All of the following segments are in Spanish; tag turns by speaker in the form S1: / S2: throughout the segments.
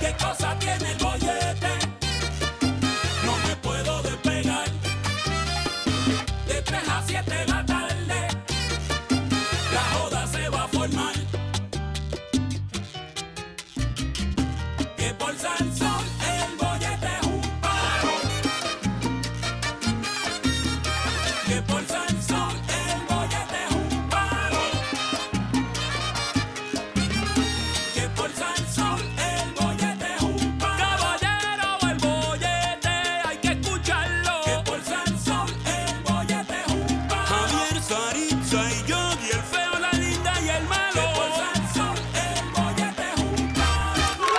S1: ¿Qué cosa tiene el bollete? No me puedo despegar. De 3 a 7 de la tarde, la joda se va a formar. Que por Sansón el bollete es un paro. Que por Sansón el bollete es un paro. Que por Sansón el bollete es un paro. Caballero, el bollete hay que escucharlo. Que por Sansón el bollete es un paro. Javier, Saritza y yo. Y el feo, la linda y el malo. Que por Sansón el bollete es un paro.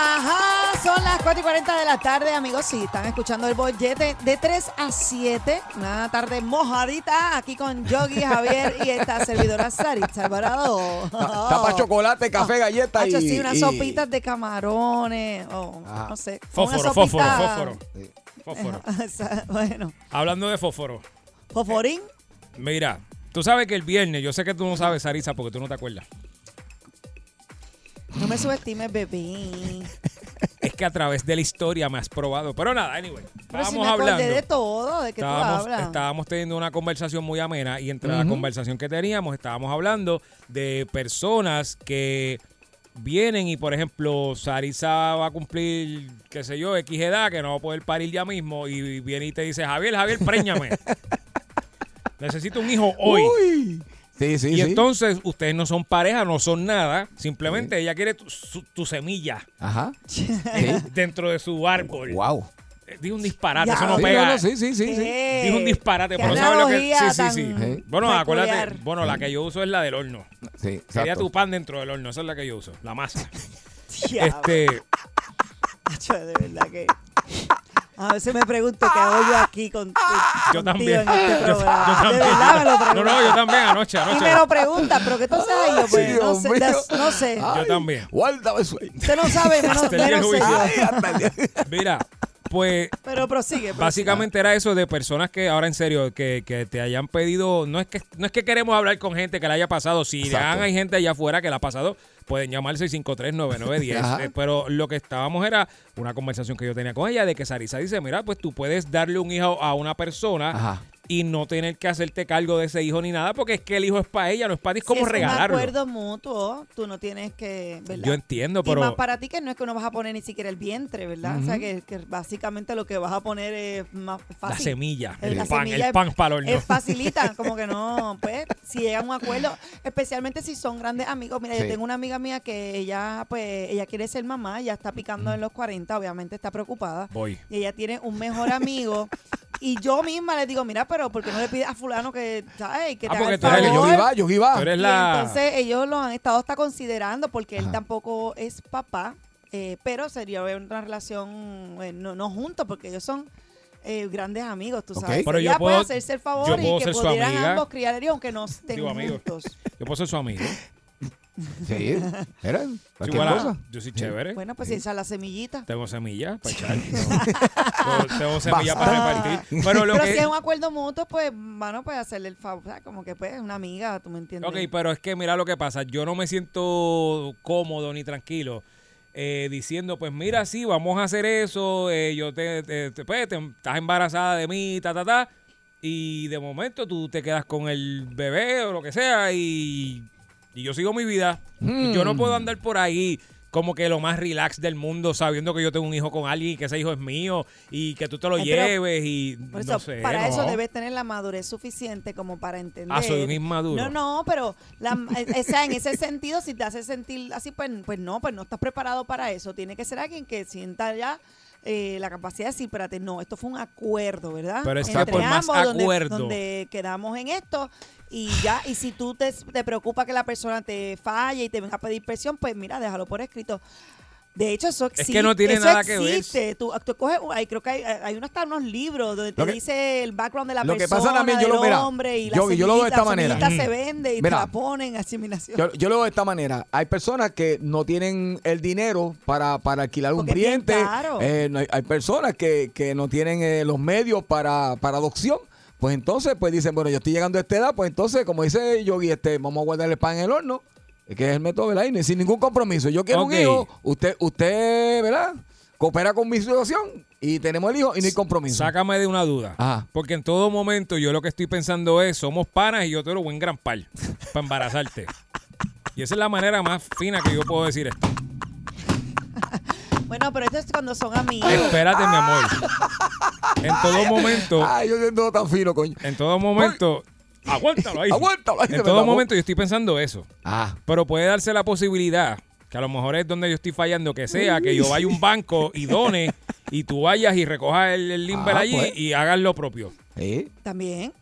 S2: Ajá, son las 4 y 40 de la tarde, amigos. Sí, están escuchando el bollete de 3 a 7. Una tarde mojadita aquí con Yogi, Javier y esta servidora Saritza Alvarado.
S3: Tapa chocolate, café, galleta y.
S2: Oh. Ah. Hacho, sí, unas
S3: y-
S2: sopitas de camarones. o
S4: Ah.
S2: no sé.
S4: Fósforo,
S2: una
S4: fósforo,
S2: sopita-
S4: fósforo. Fósforo.
S2: Esa- bueno,
S4: Hablando de fósforo,
S2: fosforín.
S4: mira, tú sabes que el viernes, yo sé que tú no sabes, Sarisa, porque tú no te acuerdas.
S2: No me subestimes, bebé.
S4: Es que a través de la historia me has probado. Pero nada, anyway,
S2: Pero
S4: estábamos
S2: si me acordé
S4: hablando.
S2: de todo, de que tú
S4: Estábamos,
S2: hablas.
S4: estábamos teniendo una conversación muy amena y entre la conversación que teníamos estábamos hablando de personas que vienen y, por ejemplo, Sarisa va a cumplir, qué sé yo, X edad, que no va a poder parir ya mismo y viene y te dice, Javier, Javier, préñame. Necesito un hijo hoy.
S3: Uy. Sí, sí,
S4: Y
S3: sí.
S4: entonces ustedes no son pareja, no son nada. Simplemente ella quiere tu, su- tu semilla
S3: Ajá. Sí.
S4: dentro de su árbol.
S3: Wow.
S4: Eh, Dijo un disparate,
S2: Ya.
S4: eso no
S3: Sí,
S4: pega.
S3: no, no, sí, sí, sí, sí.
S2: ¿Qué?
S4: Dijo un disparate,
S2: Qué
S4: pero no sabe lo que.
S2: analogía
S4: Sí, sí, sí.
S2: tan
S3: Sí.
S4: Bueno,
S2: peculiar.
S4: acuérdate. Bueno, la que yo uso es la del horno.
S3: Sí,
S4: Sería
S3: exacto.
S4: tu pan dentro del horno, esa es la que yo uso, la masa.
S2: Diablo.
S4: este,
S2: Acho, de verdad que. A veces me pregunto qué hago yo aquí con, contigo
S4: yo también.
S2: en este
S4: Yo- yo
S2: programa. De
S4: también.
S2: verdad me lo pregunto.
S4: No, no, yo también anoche,
S2: Y
S4: anoche.
S2: me lo preguntas, pero que tú sabes yo, pues,
S3: Ay,
S2: no,
S3: Dios
S2: sé,
S3: mío.
S2: das- no sé.
S3: Ay,
S4: también.
S3: Guárdame suelto.
S2: Usted no sabe, menos,
S4: Hasta el
S2: menos sé
S4: día de
S2: yo.
S4: hoy.
S3: Ay, hasta el día-
S4: Mira, pues
S2: Pero prosigue. prosigue.
S4: Básicamente era eso de personas que ahora en serio que, que te hayan pedido, no es que no es que queremos hablar con gente que la haya pasado, si
S3: Exacto.
S4: dan, hay gente allá afuera que la ha pasado, pueden llamar 653-9910,
S3: Ajá.
S4: eh, pero lo que estábamos era una conversación que yo tenía con ella de que Sarisa dice, mira, pues tú puedes darle un hijo a una persona
S3: Ajá.
S4: y no tener que hacerte cargo de ese hijo ni nada, porque es que el hijo es para ella, no es para ti, es como
S2: si
S4: regalarlo.
S2: Es un acuerdo mutuo, tú no tienes que. ¿verdad?
S4: Yo entiendo,
S2: Y
S4: pero-
S2: más para ti que no es que no vas a poner ni siquiera el vientre, ¿verdad? O sea, que, que básicamente lo que vas a poner es más fácil.
S4: La semilla,
S2: Es
S4: el
S2: la
S4: pan,
S2: semilla
S4: el
S2: es-
S4: pan para el horno.
S2: es facilita, como que no, pues, si llegan a un acuerdo, especialmente si son grandes amigos. Mira, yo
S3: Sí.
S2: tengo una amiga mía que ella, pues, ella quiere ser mamá, ya está picando en los 40, obviamente está preocupada.
S4: Voy.
S2: Y ella tiene un mejor amigo. y yo misma le digo, mira, pero ¿por qué no le pides a fulano que, ¿sabes? Que te
S4: Ah,
S2: haga
S4: porque
S2: el
S4: tú eres el
S2: favor?
S3: Yogi va, Yogi va.
S4: Tú eres
S2: Y
S4: la...
S2: entonces ellos lo han estado hasta considerando porque él
S3: Ajá.
S2: tampoco es papá, eh, pero sería una relación eh, no, no juntos porque ellos son eh, grandes amigos, tú
S3: Ok.
S2: sabes.
S4: Pero yo
S2: Sería, pues,
S4: puedo-
S2: hacerse el
S4: yo
S2: favor y
S4: puedo
S2: que
S4: ser su
S2: pudieran
S4: amiga.
S2: ambos criar el hijo aunque no estén
S4: Digo, amigo.
S2: juntos.
S4: Yo puedo ser su amigo. Soy
S3: Sí. Era cualquier
S4: igual a-
S3: cosa.
S4: Yo soy chévere.
S2: Bueno, pues esa es la semillita.
S4: Tengo semillas para echar. Tengo- tengo- Tengo semillas para repartir. Pero lo
S2: Pero
S4: que.
S2: si es un acuerdo mutuo, pues, bueno, pues hacerle el favor, o sea, como que pues una amiga, tú me entiendes.
S4: Ok, pero es que mira lo que pasa. Yo no me siento cómodo ni tranquilo eh, diciendo, pues mira, sí, vamos a hacer eso. eh, yo te, te- te- pues, te- estás embarazada de mí, ta, ta, ta. Y de momento tú te quedas con el bebé o lo que sea y, y yo sigo mi vida. Yo no
S2: Hmm.
S4: puedo andar por ahí como que lo más relax del mundo sabiendo que yo tengo un hijo con alguien y que ese hijo es mío y que tú te lo
S2: Ay, pero-
S4: lleves y
S2: Por eso,
S4: no sé.
S2: para eso
S4: no.
S2: debes tener la madurez suficiente como para entender.
S4: Ah, soy un inmaduro.
S2: No, no, pero la, e, o sea, en ese sentido, si te hace sentir así, pues, pues no, pues no estás preparado para eso. Tiene que ser alguien que sienta ya eh, la capacidad de decir, espérate, no, esto fue un acuerdo, ¿verdad?
S4: Pero está
S2: Entre
S4: por más
S2: ambos, donde-
S4: acuerdo.
S2: Donde, quedamos en esto y ya, y si tú te, te preocupa que la persona te falle y te venga a pedir presión, pues mira, déjalo por escrito. De hecho, eso existe.
S4: que no tiene
S2: eso
S4: nada que ver.
S2: existe. Este, Tú, tú coges, hay, creo que hay, hay unos, hasta unos libros donde te
S3: Lo que-
S2: dice el background de la
S3: lo que
S2: persona,
S3: pasa también, yo
S2: del
S3: lo- mira,
S2: hombre y
S3: yo-
S2: la
S3: yo lo veo de
S2: semillita,
S3: esta manera. Mm.
S2: semillita se vende y te
S3: Mira.
S2: la ponen asimilación.
S3: Yo, yo lo veo de esta manera. Hay personas que no tienen el dinero para, para alquilar un
S2: Porque es bien
S3: cliente.
S2: caro.
S3: hay, hay personas que, que no tienen eh, los medios para, para adopción. Pues entonces, pues dicen, bueno, yo estoy llegando a esta edad, pues entonces, como dice Yogi, este, vamos a guardar el pan en el horno, que es el método, ¿verdad? Y sin ningún compromiso. Yo quiero
S4: Ok.
S3: un hijo, usted, usted, ¿verdad? Coopera con mi situación y tenemos el hijo y no hay compromiso.
S4: Sácame de una duda.
S3: Ajá.
S4: Porque en todo momento yo lo que estoy pensando es, somos panas y yo te lo voy a engrampar para embarazarte. Y esa es la manera más fina que yo puedo decir esto.
S2: Bueno, pero esto es cuando son amigos.
S4: Espérate, mi amor. En todo momento,
S3: Ay, yo siento tan fino, coño.
S4: en todo momento, aguántalo ahí.
S3: Aguántalo ahí, de
S4: En
S3: verdad,
S4: todo momento yo estoy pensando eso.
S3: Ah,
S4: Pero puede darse la posibilidad, que a lo mejor es donde yo estoy fallando, que sea que yo vaya a un banco y done y tú vayas y recojas el, el limber
S3: Ah,
S4: allí
S3: pues.
S4: y hagas lo propio.
S3: sí.
S2: También.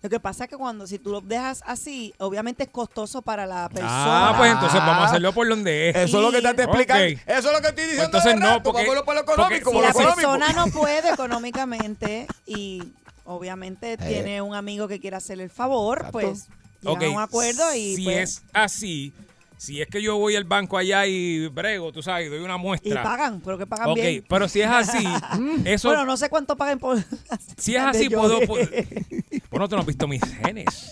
S2: Lo que pasa es que cuando si tú lo dejas así, obviamente es costoso para la persona.
S4: Ah, pues entonces vamos a hacerlo por donde es.
S3: Eso es lo que te
S4: Ok. Pues
S3: explican. Eso es lo que estoy diciendo.
S4: entonces
S3: de
S4: no,
S3: rato,
S4: porque-
S3: vámonos para lo
S4: porque
S2: si
S3: económico.
S4: por
S3: lo
S2: la
S4: económico.
S2: persona no puede económicamente y obviamente tiene un amigo que quiere hacerle el favor,
S3: Eh. Exacto.
S2: pues llegan
S4: Ok,
S2: a un acuerdo y
S4: si
S2: pues,
S4: es así, si es que yo voy al banco allá y brego, tú sabes, y doy una
S2: y
S4: muestra.
S2: pagan, pero que pagan
S4: ok,
S2: bien.
S4: pero si es así, eso
S2: Bueno, no sé cuánto paguen por
S4: si es
S2: de
S4: así puedo
S2: yogur.
S4: Bueno, tú Pues no has visto mis genes.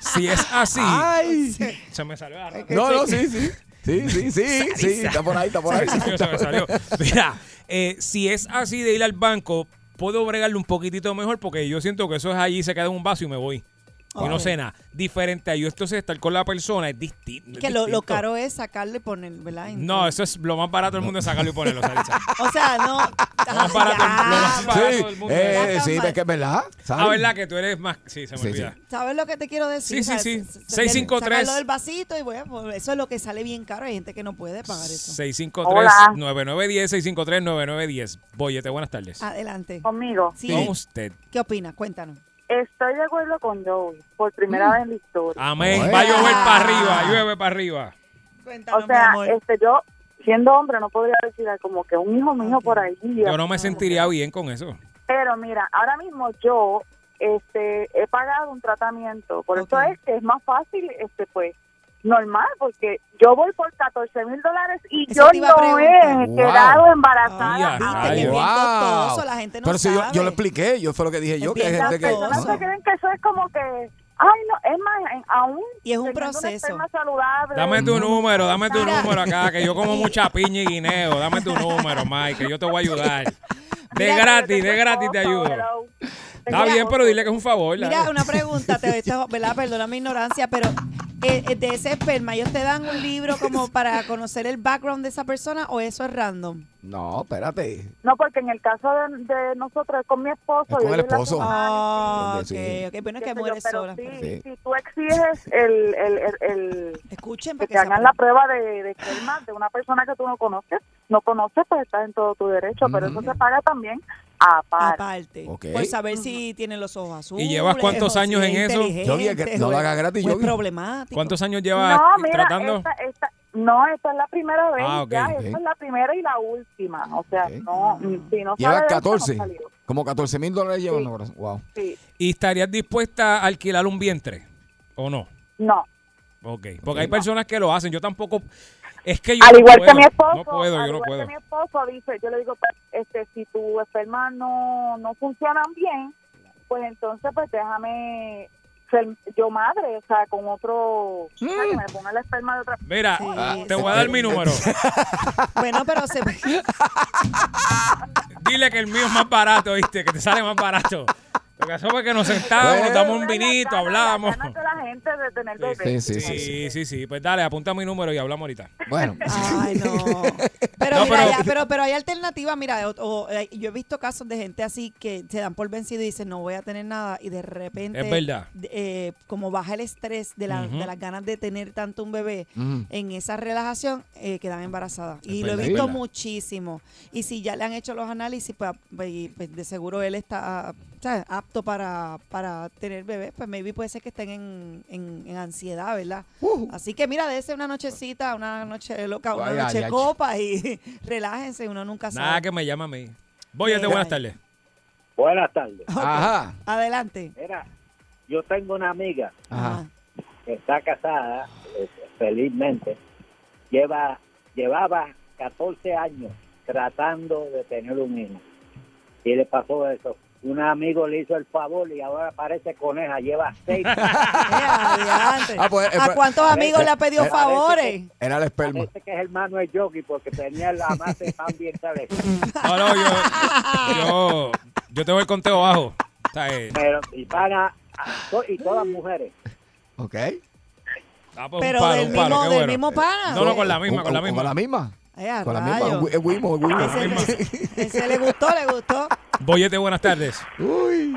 S4: Si es así,
S3: Ay.
S4: se me salió la rata.
S3: No, no, sí, sí. Sí, sí, sí. Sí, está por ahí, está por ahí.
S4: Dios, se me salió. Mira, eh, si es así de ir al banco, puedo bregarle un poquitito mejor porque yo siento que eso es allí, se queda en un vaso y me voy. Y no
S2: Ok.
S4: sé nada. Diferente a yo, entonces estar con la persona es distinto.
S2: que lo, lo
S4: distinto.
S2: caro es sacarle y poner, ¿verdad?
S4: No, eso es lo más barato del mundo, es sacarlo y ponerlo, Saritza.
S2: O sea, no.
S4: Lo más barato,
S2: Ya,
S4: lo más barato
S3: Sí,
S4: del mundo.
S3: eh,
S2: Está
S3: sí,
S2: mal.
S3: es que es verdad. ¿sabes?
S4: Ah, ¿verdad? Que tú eres más... Sí, se me
S3: Sí,
S4: olvida.
S3: sí.
S2: ¿Sabes lo que te quiero decir?
S4: Sí, sí,
S2: O sea,
S4: sí.
S2: se- se-
S4: 653.
S2: sacarlo del vasito y bueno, pues, eso es lo que sale bien caro. Hay gente que no puede pagar eso.
S4: 653-9910, 653-9910. Boyete, buenas tardes.
S2: Adelante.
S5: Conmigo.
S2: Sí.
S4: Con usted.
S2: ¿Qué opinas? Cuéntanos. Mm.
S5: Estoy de acuerdo con Joey, por primera vez en la historia.
S4: Amén.
S3: Oye.
S4: Va a llover para arriba, llueve para arriba.
S2: Cuéntanos,
S5: o sea,
S2: mi amor.
S5: este, yo, siendo hombre, no podría decir ah, como que un hijo mío
S2: Ok.
S5: por ahí.
S4: Yo no me sentiría bien con eso.
S5: Pero mira, ahora mismo yo este, he pagado un tratamiento. Por
S2: Ok.
S5: eso es que es más fácil, este, pues, normal, porque yo voy por 14 mil dólares y
S2: Eso
S5: yo
S2: te iba a
S5: no he
S3: preguntar.
S5: quedado
S3: Wow.
S5: embarazada.
S4: Ay, ay,
S2: Ah, Viste, que es bien
S3: Wow.
S2: costoso, la gente no
S3: Pero si yo,
S2: sabe.
S3: yo lo expliqué, yo fue lo que dije yo, que hay
S2: Empieza
S3: gente que.
S2: todo.
S5: personas
S2: no.
S5: se creen que eso es como que, ay, no, es más, en- aún.
S2: Y es un
S5: teniendo una
S2: proceso.
S5: esperma saludable.
S4: Dame tu número, dame tu
S2: Mira.
S4: número acá, que yo como mucha piña y guineo. Dame tu número, Mike, que yo te voy a ayudar. De
S2: Mira,
S4: gratis, de gratis te ayudo. Está bien, pero dile que es un favor. la-
S2: Mira, una pregunta, te, esto, ¿verdad? Perdona mi ignorancia, pero eh, eh, de ese esperma, ¿ellos te dan un libro como para conocer el background de esa persona o eso es random?
S3: No, espérate.
S5: No, porque en el caso de, de nosotros es con mi esposo.
S3: Es con
S5: yo
S3: el
S5: soy la
S3: esposo.
S5: semana,
S2: Ah, ok,
S3: sí.
S2: ok. Bueno, es que
S5: qué sé yo,
S2: mueres
S5: pero
S2: sola.
S5: sí,
S3: Sí.
S5: Si tú exiges el, el, el, el-
S2: Escuchen
S5: que
S2: para
S5: te hagan la prueba de, de esperma de una persona que tú no conoces, no conoces, pues estás en todo tu derecho, pero eso se paga también aparte.
S2: Aparte,
S3: Ok.
S2: este, por saber si tiene los ojos azules.
S4: ¿Y llevas cuántos
S2: o si
S4: años
S2: es
S4: en eso?
S2: inteligente,
S3: Yogi, es que no lo hagas gratis,
S2: o es
S3: Yogi.
S2: problemático.
S4: ¿Cuántos años llevas
S5: No, mira,
S4: tratando?
S5: esta, esta- no, esta es la primera vez,
S4: Ah, ok,
S5: ya,
S4: ok.
S5: esta es la primera y la última, o sea,
S3: Ok.
S5: no, si no
S3: Llevas
S5: sale de esta, no
S3: 14.
S5: salió.
S3: Como 14 mil dólares llevan ahora. Wow.
S5: Sí,
S4: ¿Y estarías dispuesta a alquilar un vientre o no?
S5: no.
S4: Ok, porque hay personas que lo hacen. Yo tampoco. Es que yo.
S5: al
S4: no
S5: igual
S4: puedo,
S5: que mi esposo,
S4: No puedo,
S5: al
S4: yo no
S5: igual
S4: puedo.
S5: que mi esposo dice, yo le digo, pues, este, si tus espermas no, no funcionan bien, pues entonces pues déjame ser yo madre, o sea, con otro, o sea,
S2: Mm.
S5: que me ponga el esperma de otra.
S4: Mira,
S2: Sí,
S4: te
S2: sí.
S4: voy a dar mi número.
S2: Bueno, pero se...
S4: Dile que el mío es más barato, ¿viste? Que te sale más barato. Lo que hacemos es que nos sentamos, nos damos un
S5: Las
S4: vinito,
S5: ganas-
S4: hablamos.
S5: Las ganas de la gente de tener bebés.
S4: Sí,
S3: Sí, sí,
S4: sí, sí, sí, sí. Pues dale, apunta mi número y hablamos ahorita.
S3: Bueno.
S2: Ay, no. Pero,
S4: No,
S2: mira,
S4: pero-
S2: ya, pero, pero hay alternativas, mira, o- o, eh, yo he visto casos de gente así que se dan por vencido y dicen, no voy a tener nada, y de repente,
S4: Es verdad.
S2: de- eh, como baja el estrés de, la- de las ganas de tener tanto un bebé,
S3: Ujú.
S2: en esa relajación eh, quedan embarazadas.
S4: Es
S2: Y lo
S4: verdad,
S2: he
S3: es
S2: visto
S3: verdad.
S2: muchísimo. Y si ya le han hecho los análisis, pues, pues, y, pues, de seguro él está ¿sabes? apto para, para tener bebés, pues maybe puede ser que estén en, en- en ansiedad, ¿verdad?
S3: Ujú.
S2: Así que mira, dése una nochecita, una noche loca, una
S3: Uh. Vaya,
S2: noche
S3: ya,
S2: copa y relájense, uno nunca sabe.
S4: Nada que me llama a mí. Voy a
S2: Sí.
S4: buenas tardes.
S6: Buenas tardes.
S2: Ok,
S3: Ajá.
S2: Adelante.
S6: Mira, yo tengo una amiga
S3: Ajá.
S6: que está casada, eh, felizmente, lleva, llevaba 14 años tratando de tener un hijo. Y le pasó eso. Un amigo le hizo el favor y ahora parece coneja, lleva seis.
S2: Mira, adelante.
S3: Ah, pues, eh,
S2: ¿A
S3: pues,
S2: cuántos amigos le ha pedido
S6: eh,
S2: favores?
S3: Era el esperma.
S6: Parece que es hermano de Yogi porque tenía la base tan bien establecida.
S4: No, no, yo, yo, yo tengo el conteo bajo. O sea, eh,
S6: Pero, y para, a to- y todas mujeres.
S3: Ok.
S4: ah, pues,
S2: Pero del
S4: qué
S2: mismo- del
S4: bueno.
S2: mismo pana.
S4: No, no, con la misma,
S3: O-
S4: con la
S3: o-
S4: misma.
S3: Con la misma.
S2: Ay, a
S3: Con la misma.
S2: rayos.
S3: Es Wi- es Wimo, es Wimo.
S2: Ese, ese le gustó, le gustó.
S4: Boyete, buenas tardes.
S3: Uy.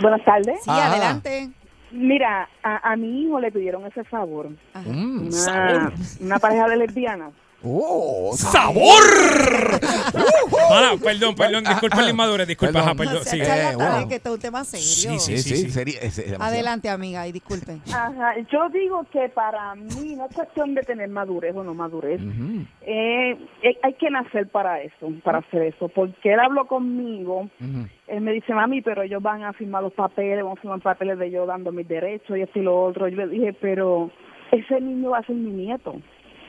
S5: Buenas tardes.
S2: Sí,
S3: Ajá.
S4: Ah.
S2: adelante.
S5: Mira, a, a mi hijo le pidieron ese favor.
S2: Ajá.
S3: Mm,
S5: Una, una pareja de lesbianas.
S3: Oh, Uh-huh.
S4: ¡Sabor! Mala, perdón, perdón, disculpa
S3: Ajá.
S4: la inmadurez, disculpa,
S3: Perdón.
S4: ajá, perdón.
S2: No,
S4: Sí.
S2: sea charlatán,
S3: Eh, bueno.
S2: es que esto es un tema serio.
S3: sí, sí,
S4: sí.
S3: sería- es- es demasiado.
S2: Adelante, amiga, y disculpen.
S5: Ajá, yo digo que para mí no es cuestión de tener madurez o no madurez.
S3: Ujú,
S5: Eh, eh, hay que nacer para eso, para hacer eso. Porque él habló conmigo,
S3: ujú.
S5: él me dice, mami, pero ellos van a firmar los papeles, van a firmar papeles de yo dando mis derechos y esto y lo otro. Yo le dije, pero ese niño va a ser mi nieto.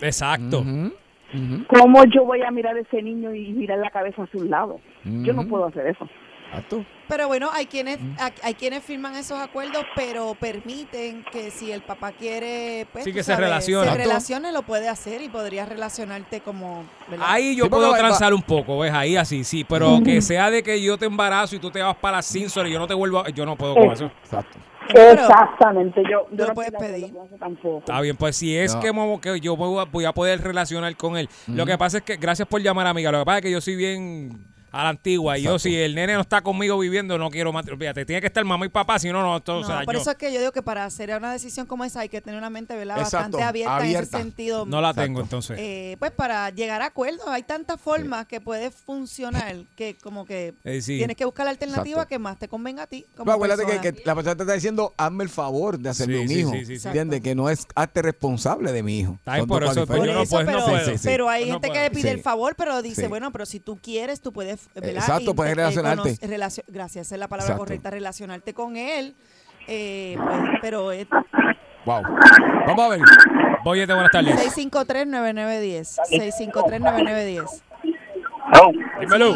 S4: Exacto.
S3: Ujú, ujú.
S5: ¿Cómo yo voy a mirar a ese niño y mirar la cabeza hacia un lado? Yo no
S3: Ujú.
S5: puedo hacer eso.
S3: Exacto.
S2: Pero bueno, hay quienes, hay, hay quienes firman esos acuerdos, pero permiten que si el papá quiere, pues,
S4: Sí,
S2: tú
S4: que se relacione.
S2: se
S3: Exacto.
S2: relacione, lo puede hacer y podrías relacionarte como, ¿verdad?
S4: Ahí yo
S3: Sí, porque
S4: puedo
S3: va- va-
S4: transar un poco, ¿ves? Ahí así, sí. Pero que sea de que yo te embarazo y tú te vas para las Simpsons y yo no te vuelvo a... Yo no puedo con eso.
S3: Exacto.
S2: Pero-
S5: Exactamente, yo,
S2: Tú
S5: yo
S2: lo
S5: no
S2: puedes
S5: estoy de acuerdo
S2: pedir.
S5: con eso tampoco.
S4: Está bien, pues si es
S3: No.
S4: que, mo- que yo voy a, voy a poder relacionar con él. Lo que pasa es que, gracias por llamar, amiga. Lo que pasa es que yo soy bien a la antigua. Y yo, si el nene no está conmigo viviendo, no quiero más. Fíjate, tiene que estar mamá y papá, si no, no. esto, o
S2: No,
S4: sea,
S2: por
S4: yo
S2: eso es que yo digo que para hacer una decisión como esa hay que tener una mente ¿verdad?
S3: Exacto,
S2: bastante abierta, en ese
S3: abierta.
S2: sentido.
S4: no la tengo, entonces.
S2: Eh, pues para llegar a acuerdos hay tantas formas que puede funcionar que como que
S4: Eh, sí.
S2: tienes que buscar la alternativa
S3: Exacto.
S2: que más te convenga a ti. como
S3: Pero acuérdate que,
S2: persona.
S3: que la persona te está diciendo, hazme el favor de hacerme
S4: Sí,
S3: un
S4: sí,
S3: hijo.
S4: sí, sí, sí.
S3: ¿Entiendes? Que no es, hazte responsable de mi hijo.
S4: Está bien,
S3: Son
S4: por
S3: dos
S4: eso,
S3: cosas
S4: pues, yo
S2: Por
S4: no
S3: diferentes.
S2: eso,
S4: puedo, no
S2: pero,
S4: puedo. Sí, sí, sí.
S2: pero hay
S4: No
S2: gente
S4: puedo.
S2: que le pide el
S3: Pues Sí.
S2: favor, pero dice,
S3: Sí.
S2: bueno, pero si tú quieres, tú puedes, ¿verdad?
S3: Exacto,
S2: Inte-
S3: puedes
S2: eh,
S3: relacionarte.
S2: conoc- relacio- gracias, esa es la palabra
S3: Exacto.
S2: correcta, relacionarte con él. Eh, pues, pero es
S3: Wow. Vamos a ver.
S4: Boyete, buenas tardes.
S2: 653-9910. 653-9910.
S4: Dímelo.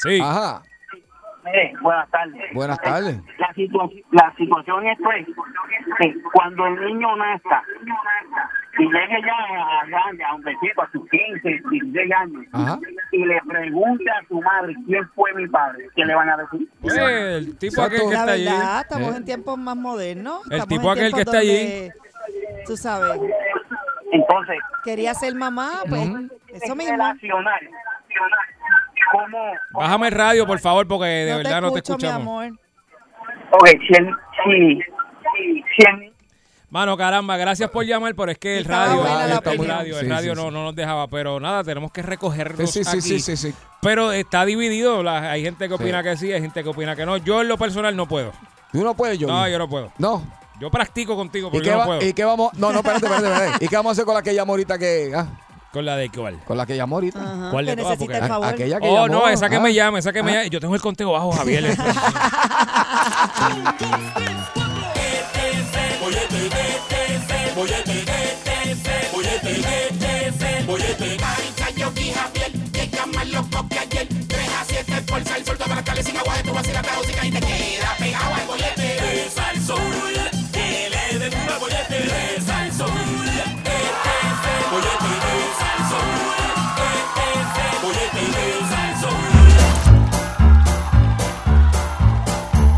S4: Sí.
S3: Ajá.
S6: buenas tardes.
S3: Buenas tardes.
S6: la, situa- la situación es pues, que cuando el niño nazca y llegue ya a, grande, a un besito, a sus 15, 16 años,
S3: Ajá.
S6: y le pregunte a su madre quién fue mi padre, ¿qué le van a decir?
S4: Pues, el tipo aquel que
S3: Exacto.
S2: La
S4: está allí.
S2: verdad, estamos
S3: Eh.
S2: en tiempos más modernos.
S4: El
S2: estamos
S4: tipo
S2: en
S4: aquel que
S2: tiempos
S4: está allí.
S2: donde, Tú sabes,
S6: Entonces,
S2: quería ser mamá, pues eso mismo.
S6: relacionar cómo...
S4: Bájame el radio, por favor, porque de
S2: no te
S4: verdad no te
S2: escucho, mi
S4: escuchamos.
S2: amor.
S6: Ok, si el, si, si el niño
S4: Mano, caramba, gracias por llamar, pero es que el
S2: Estaba
S4: radio,
S2: buena
S4: el,
S2: la
S4: el
S3: opinión.
S4: radio, el
S3: Sí,
S4: radio
S3: sí,
S4: no,
S3: sí.
S4: no nos dejaba, pero nada, tenemos que recogernos
S3: Sí, sí, sí, sí,
S4: aquí.
S3: sí, sí.
S4: Pero está dividido, la- hay gente que
S3: Sí.
S4: opina que sí, hay gente que opina que no. Yo en lo personal no puedo.
S3: Tú no puedes, yo.
S4: No, yo no puedo.
S3: No.
S4: Yo practico contigo,
S3: ¿Y
S4: pero
S3: qué,
S4: yo no
S3: va-
S4: puedo.
S3: ¿Y qué vamos? No, no, espérate, espérate, espérate. ¿Y qué vamos a hacer con la que llamó ahorita que... ah,
S4: Con la de cuál.
S3: con la que llamó ahorita?
S2: Ajá,
S4: ¿Cuál de
S2: que
S4: todas?
S2: necesita
S4: Porque-
S2: el favor.
S3: Ah, Aquella que
S4: Oh,
S3: llamó,
S4: no, esa que
S3: ah.
S4: me llama, esa que me llama. Yo tengo el conteo bajo, Javier.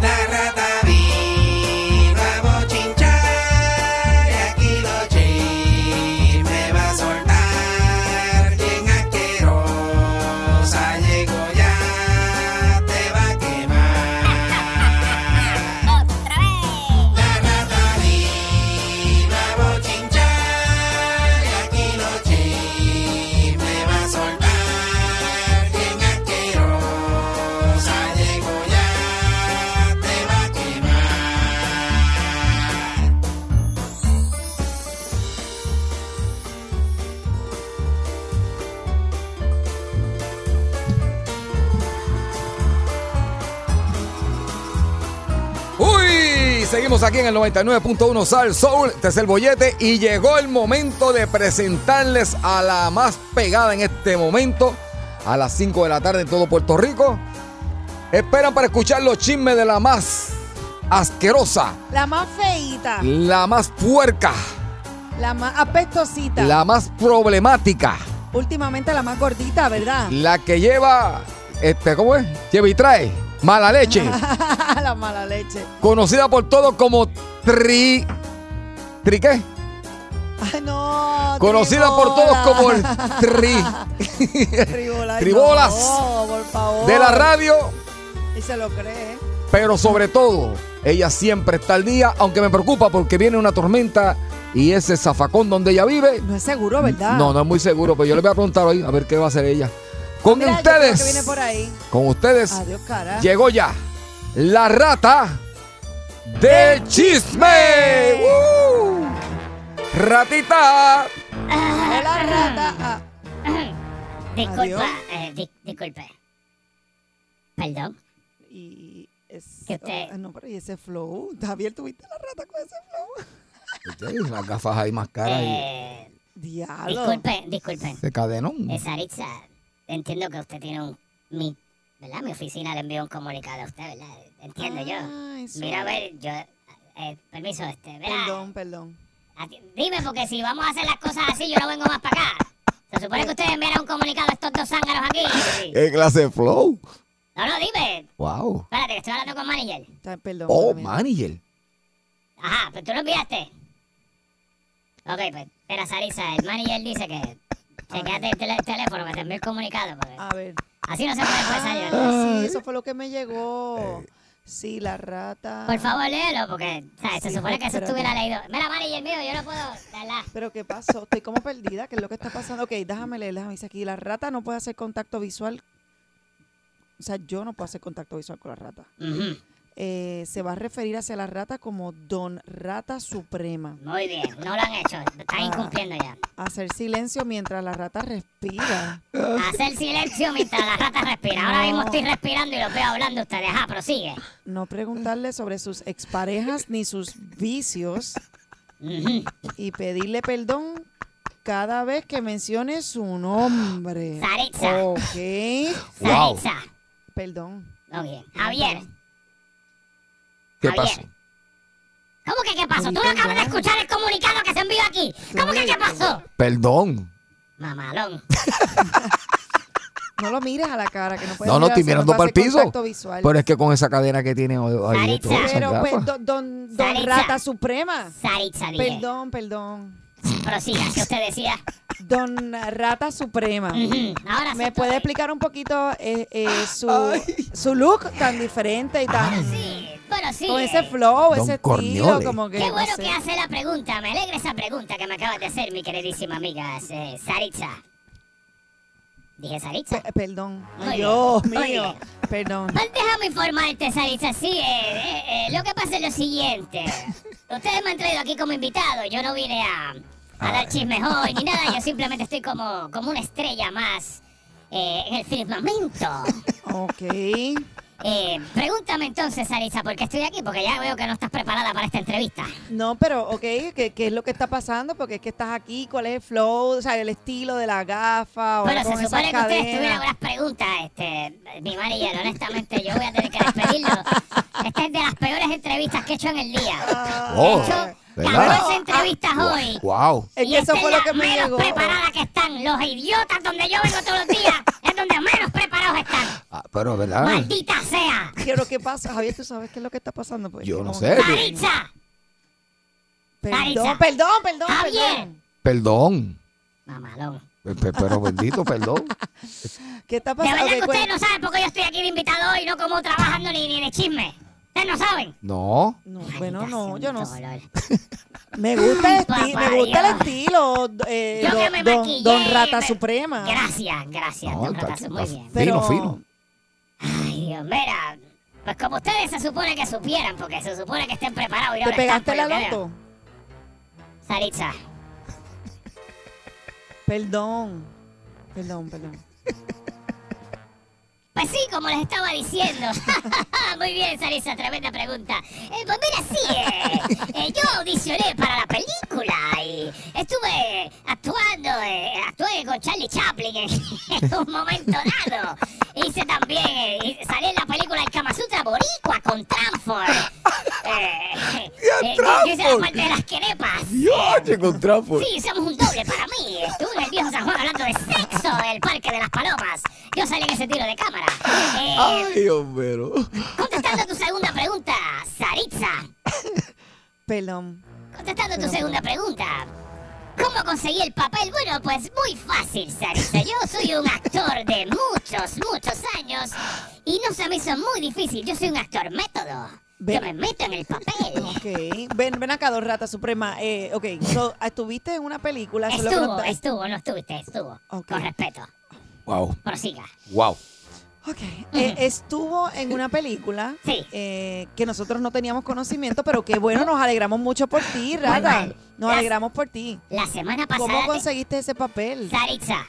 S7: La rata viva.
S3: seguimos aquí en el 99.1 Sal Soul. Este es el bollete y llegó el momento de presentarles a la más pegada en este momento, a las 5 de la tarde en todo Puerto Rico. Esperan para escuchar los chismes de la más asquerosa,
S2: La más feíta,
S3: la más puerca,
S2: la más apestosita.
S3: la más problemática,
S2: Últimamente la más gordita, ¿verdad?
S3: la que lleva, este, ¿cómo es? Lleva y trae, mala leche.
S2: la mala leche.
S3: conocida por todos como Tri. ¿Tri qué?
S2: Ay, no.
S3: Conocida por todos
S2: tribola.
S3: como el Tri
S2: Tribola, ay,
S3: Tribolas
S2: No, por favor.
S3: de la radio,
S2: Y se lo cree.
S3: pero sobre todo, ella siempre está al día, aunque me preocupa porque viene una tormenta y ese zafacón donde ella vive.
S2: No es seguro, ¿verdad?
S3: No, no es muy seguro, pero yo le voy a preguntar hoy a ver qué va a hacer ella. Con
S2: Mira, yo creo que viene
S3: ustedes,
S2: por ahí.
S3: con ustedes,
S2: Adiós, cara.
S3: llegó ya la rata de chisme. ¡Uh! Ratita.
S2: Hola, rata. Ah,
S7: Disculpa,
S2: Adiós.
S7: eh, di- disculpe. Perdón.
S2: y es-
S7: ¿Qué usted?
S2: ah, no, pero y ese flow. Javier, tuviste la rata con ese flow.
S3: Las gafas ahí más caras. y-
S7: Eh,
S2: Diablo.
S7: disculpe, disculpe.
S3: De cadenón.
S7: Eh, Saritza, entiendo que usted tiene un... Mi, ¿Verdad? Mi oficina le envió un comunicado a usted, ¿verdad? Entiendo
S2: Ay,
S7: yo. Mira, a
S2: sorry.
S7: ver, yo... eh, permiso, este, ¿verdad?
S2: Perdón, perdón.
S7: Ati- Dime, porque si vamos a hacer las cosas así, yo no vengo más para acá. Se supone que ustedes enviaron un comunicado a estos dos zánganos aquí.
S3: ¿Qué clase de flow?
S7: No, no, dime.
S3: Wow.
S7: Espérate, que estoy hablando con manager.
S2: Ay, Perdón.
S3: Oh,
S2: perdón.
S3: manager.
S7: Ajá, pero tú lo enviaste. Ok, pues, espera, Sarisa, el manager dice que chequeate el, tele- teléfono, que te envió el comunicado. porque
S2: A ver.
S7: así no se puede pues, pasar, yo.
S2: Ah, sí, eso fue lo que me llegó. Sí, la rata.
S7: Por favor, léelo, porque, ¿sabes? Se
S2: Sí,
S7: supone que eso
S2: espérate.
S7: estuviera leído. Mira, manager mío, yo no puedo, de ¿verdad?
S2: Pero ¿qué pasó? Estoy como perdida. ¿Qué es lo que está pasando? Ok, déjame leer. Déjame dice aquí. La rata no puede hacer contacto visual. O sea, yo no puedo hacer contacto visual con la rata.
S7: Ujú,
S2: Eh, se va a referir hacia la rata como Don Rata Suprema.
S7: Muy bien, no
S2: Ah.
S7: lo han hecho, están incumpliendo ya.
S2: Hacer silencio mientras la rata respira.
S7: Hacer silencio mientras la rata respira. Ahora mismo estoy respirando y los veo hablando ustedes. Ajá, prosigue.
S2: No preguntarle sobre sus exparejas ni sus vicios.
S7: Ujú.
S2: Y pedirle perdón cada vez que mencione su nombre.
S7: Saritza.
S2: Ok.
S3: Wow.
S7: Saritza.
S2: Perdón.
S7: Ok, Javier.
S3: ¿Qué
S7: Javier.
S2: eh.
S3: pasó?
S7: ¿Cómo que qué pasó? Tú no acabas de escuchar el comunicado que se envió aquí. ¿Cómo que qué pasó?
S3: Perdón.
S7: Mamalón.
S2: No lo mires a la cara, que no puedes
S3: No, no
S2: mirar
S3: estoy
S2: así,
S3: mirando
S2: puedes
S3: para el
S2: hacer
S3: piso.
S2: contacto visual.
S3: Pero es que con esa cadena que tiene hoy, hoy
S7: Saritza.
S3: todas esas
S2: Pero, pues,
S3: gafas.
S2: don, don, don
S7: Saritza.
S2: Rata Suprema.
S7: Saritza, dije.
S2: Perdón, perdón.
S7: Prosiga, que usted decía.
S2: Don Rata Suprema.
S7: Ujú, Ahora sí.
S2: ¿Me
S7: estoy-
S2: puede explicar un poquito eh, eh, su, su look tan diferente y tan...
S7: Ah, Sí, bueno, sí.
S2: Con ese flow,
S3: Don
S2: ese
S3: Corleone.
S2: estilo, como que...
S7: Qué
S2: no
S7: bueno
S2: sé.
S7: que hace la pregunta. Me alegra esa pregunta que me acabas de hacer, mi queridísima amiga eh, Saritza. Dije Saritza.
S2: Pe- Perdón.
S7: Muy
S2: Dios
S7: bien, muy
S2: mío.
S7: bien.
S2: Perdón.
S7: Pues déjame informarte, Saritza. Sí, eh, eh, eh, lo que pasa es lo siguiente. Ustedes me han traído aquí como invitado. Yo no vine a,
S2: Ah.
S7: a dar chismes hoy ni nada. Yo simplemente estoy como, como una estrella más eh, en el firmamento.
S2: Ok.
S7: Eh, pregúntame entonces, Saritza, por qué estoy aquí, porque ya veo que no estás preparada para esta entrevista.
S2: No, pero, ok, ¿qué, qué es lo que está pasando? Porque es que estás aquí, ¿cuál es el flow? O sea, el estilo de la gafa. ahora
S7: Bueno, se
S2: con esas
S7: supone que ustedes
S2: cadenas.
S7: tuvieron unas preguntas, este, mi manager, honestamente, yo voy a tener que despedirlo. Esta es de las peores entrevistas que he hecho en el día.
S3: Oh,
S7: He hecho
S3: ¿verdad?
S7: 14 entrevistas hoy.
S3: Wow.
S2: Es
S7: y
S2: que
S7: esta
S2: eso
S7: es
S2: fue
S7: la
S2: lo que me
S7: menos
S2: llegó.
S7: preparada que están. Los idiotas donde yo vengo todos los días es donde menos preparados están.
S2: pues,
S3: Ah, pero, ¿verdad?
S7: ¡Maldita sea!
S2: Pero ¿qué pasa? Javier, ¿tú sabes qué es lo que está pasando? Pues,
S3: Yo
S2: que
S3: no
S2: como-
S3: sé.
S7: ¡Maritza! Maritza.
S2: Perdón, perdón, perdón,
S7: Javier.
S2: perdón.
S3: Perdón.
S7: Mamalón.
S3: Pe- pe- Pero bendito, perdón.
S2: ¿Qué está
S7: De verdad
S2: pasando?
S7: que ustedes no saben por qué yo estoy aquí de invitado hoy, no como trabajando ni, ni de chisme. Ustedes no saben.
S3: No.
S2: no, bueno,
S7: Maldita sea
S2: no,
S7: un
S2: yo no sé.
S7: dolor.
S2: Me gusta el, esti-
S7: Papá
S2: me gusta el
S7: Dios.
S2: estilo, eh,
S7: Yo que
S2: don,
S7: me maquillé
S2: don, don
S7: y
S2: Rata
S7: me-
S2: Suprema.
S7: Gracias, gracias.
S3: No,
S7: don
S3: está-
S7: Ratazo, muy
S3: está
S7: bien.
S2: Pero-
S3: Fino, fino.
S7: Ay, Dios, mira. Pues como ustedes se supone que supieran, porque se supone que estén preparados y no
S2: ¿Te
S7: lo están,
S2: pegaste
S7: por
S2: la
S7: lo que veo.
S2: loto?
S7: Saritza,
S2: Perdón. Perdón, perdón.
S7: Pues sí, como les estaba diciendo. Muy bien, Sarisa, tremenda pregunta. Eh, pues mira, sí, eh, eh, yo audicioné para la película y estuve actuando, eh, actué con Charlie Chaplin en, en un momento dado. Hice también, eh, y salí en la película El Kama Sutra Boricua con Tranford. Eh, eh, yo hice la
S3: Tranford!
S7: parte de las querepas.
S3: ¡Dios, con trapo!
S7: Sí, somos un doble para mí. Estuve en el viejo San Juan hablando de sexo del Parque de las Palomas. Yo salí en ese tiro de cámara. Eh,
S3: ¡Ay, Homero!
S7: contestando tu segunda pregunta, Saritza.
S2: Pelón.
S7: Contestando tu segunda pregunta. ¿Cómo conseguí el papel? Bueno, pues muy fácil, Saritza. Yo soy un actor de muchos, muchos años y no se me hizo muy difícil. Yo soy un actor método. Yo
S2: Ve-
S7: me meto en el papel.
S2: Ok. Ven, ven acá, dos ratas suprema. Eh, ok, so, estuviste en una película. eso es lo que
S7: Estuvo,
S2: nos da-
S7: estuvo, no estuviste, estuvo.
S2: Ok.
S7: Con respeto.
S3: ¡Wow!
S7: Prosiga.
S3: ¡Wow!
S2: Ok. Eh, estuvo en una película
S7: Sí.
S2: eh, que nosotros no teníamos conocimiento, pero que bueno, nos alegramos mucho por ti, Rata.
S7: mal.
S2: Nos
S7: Las-
S2: alegramos por ti.
S7: La semana
S2: ¿Cómo
S7: pasada. te-
S2: conseguiste ese papel?
S7: Saritza,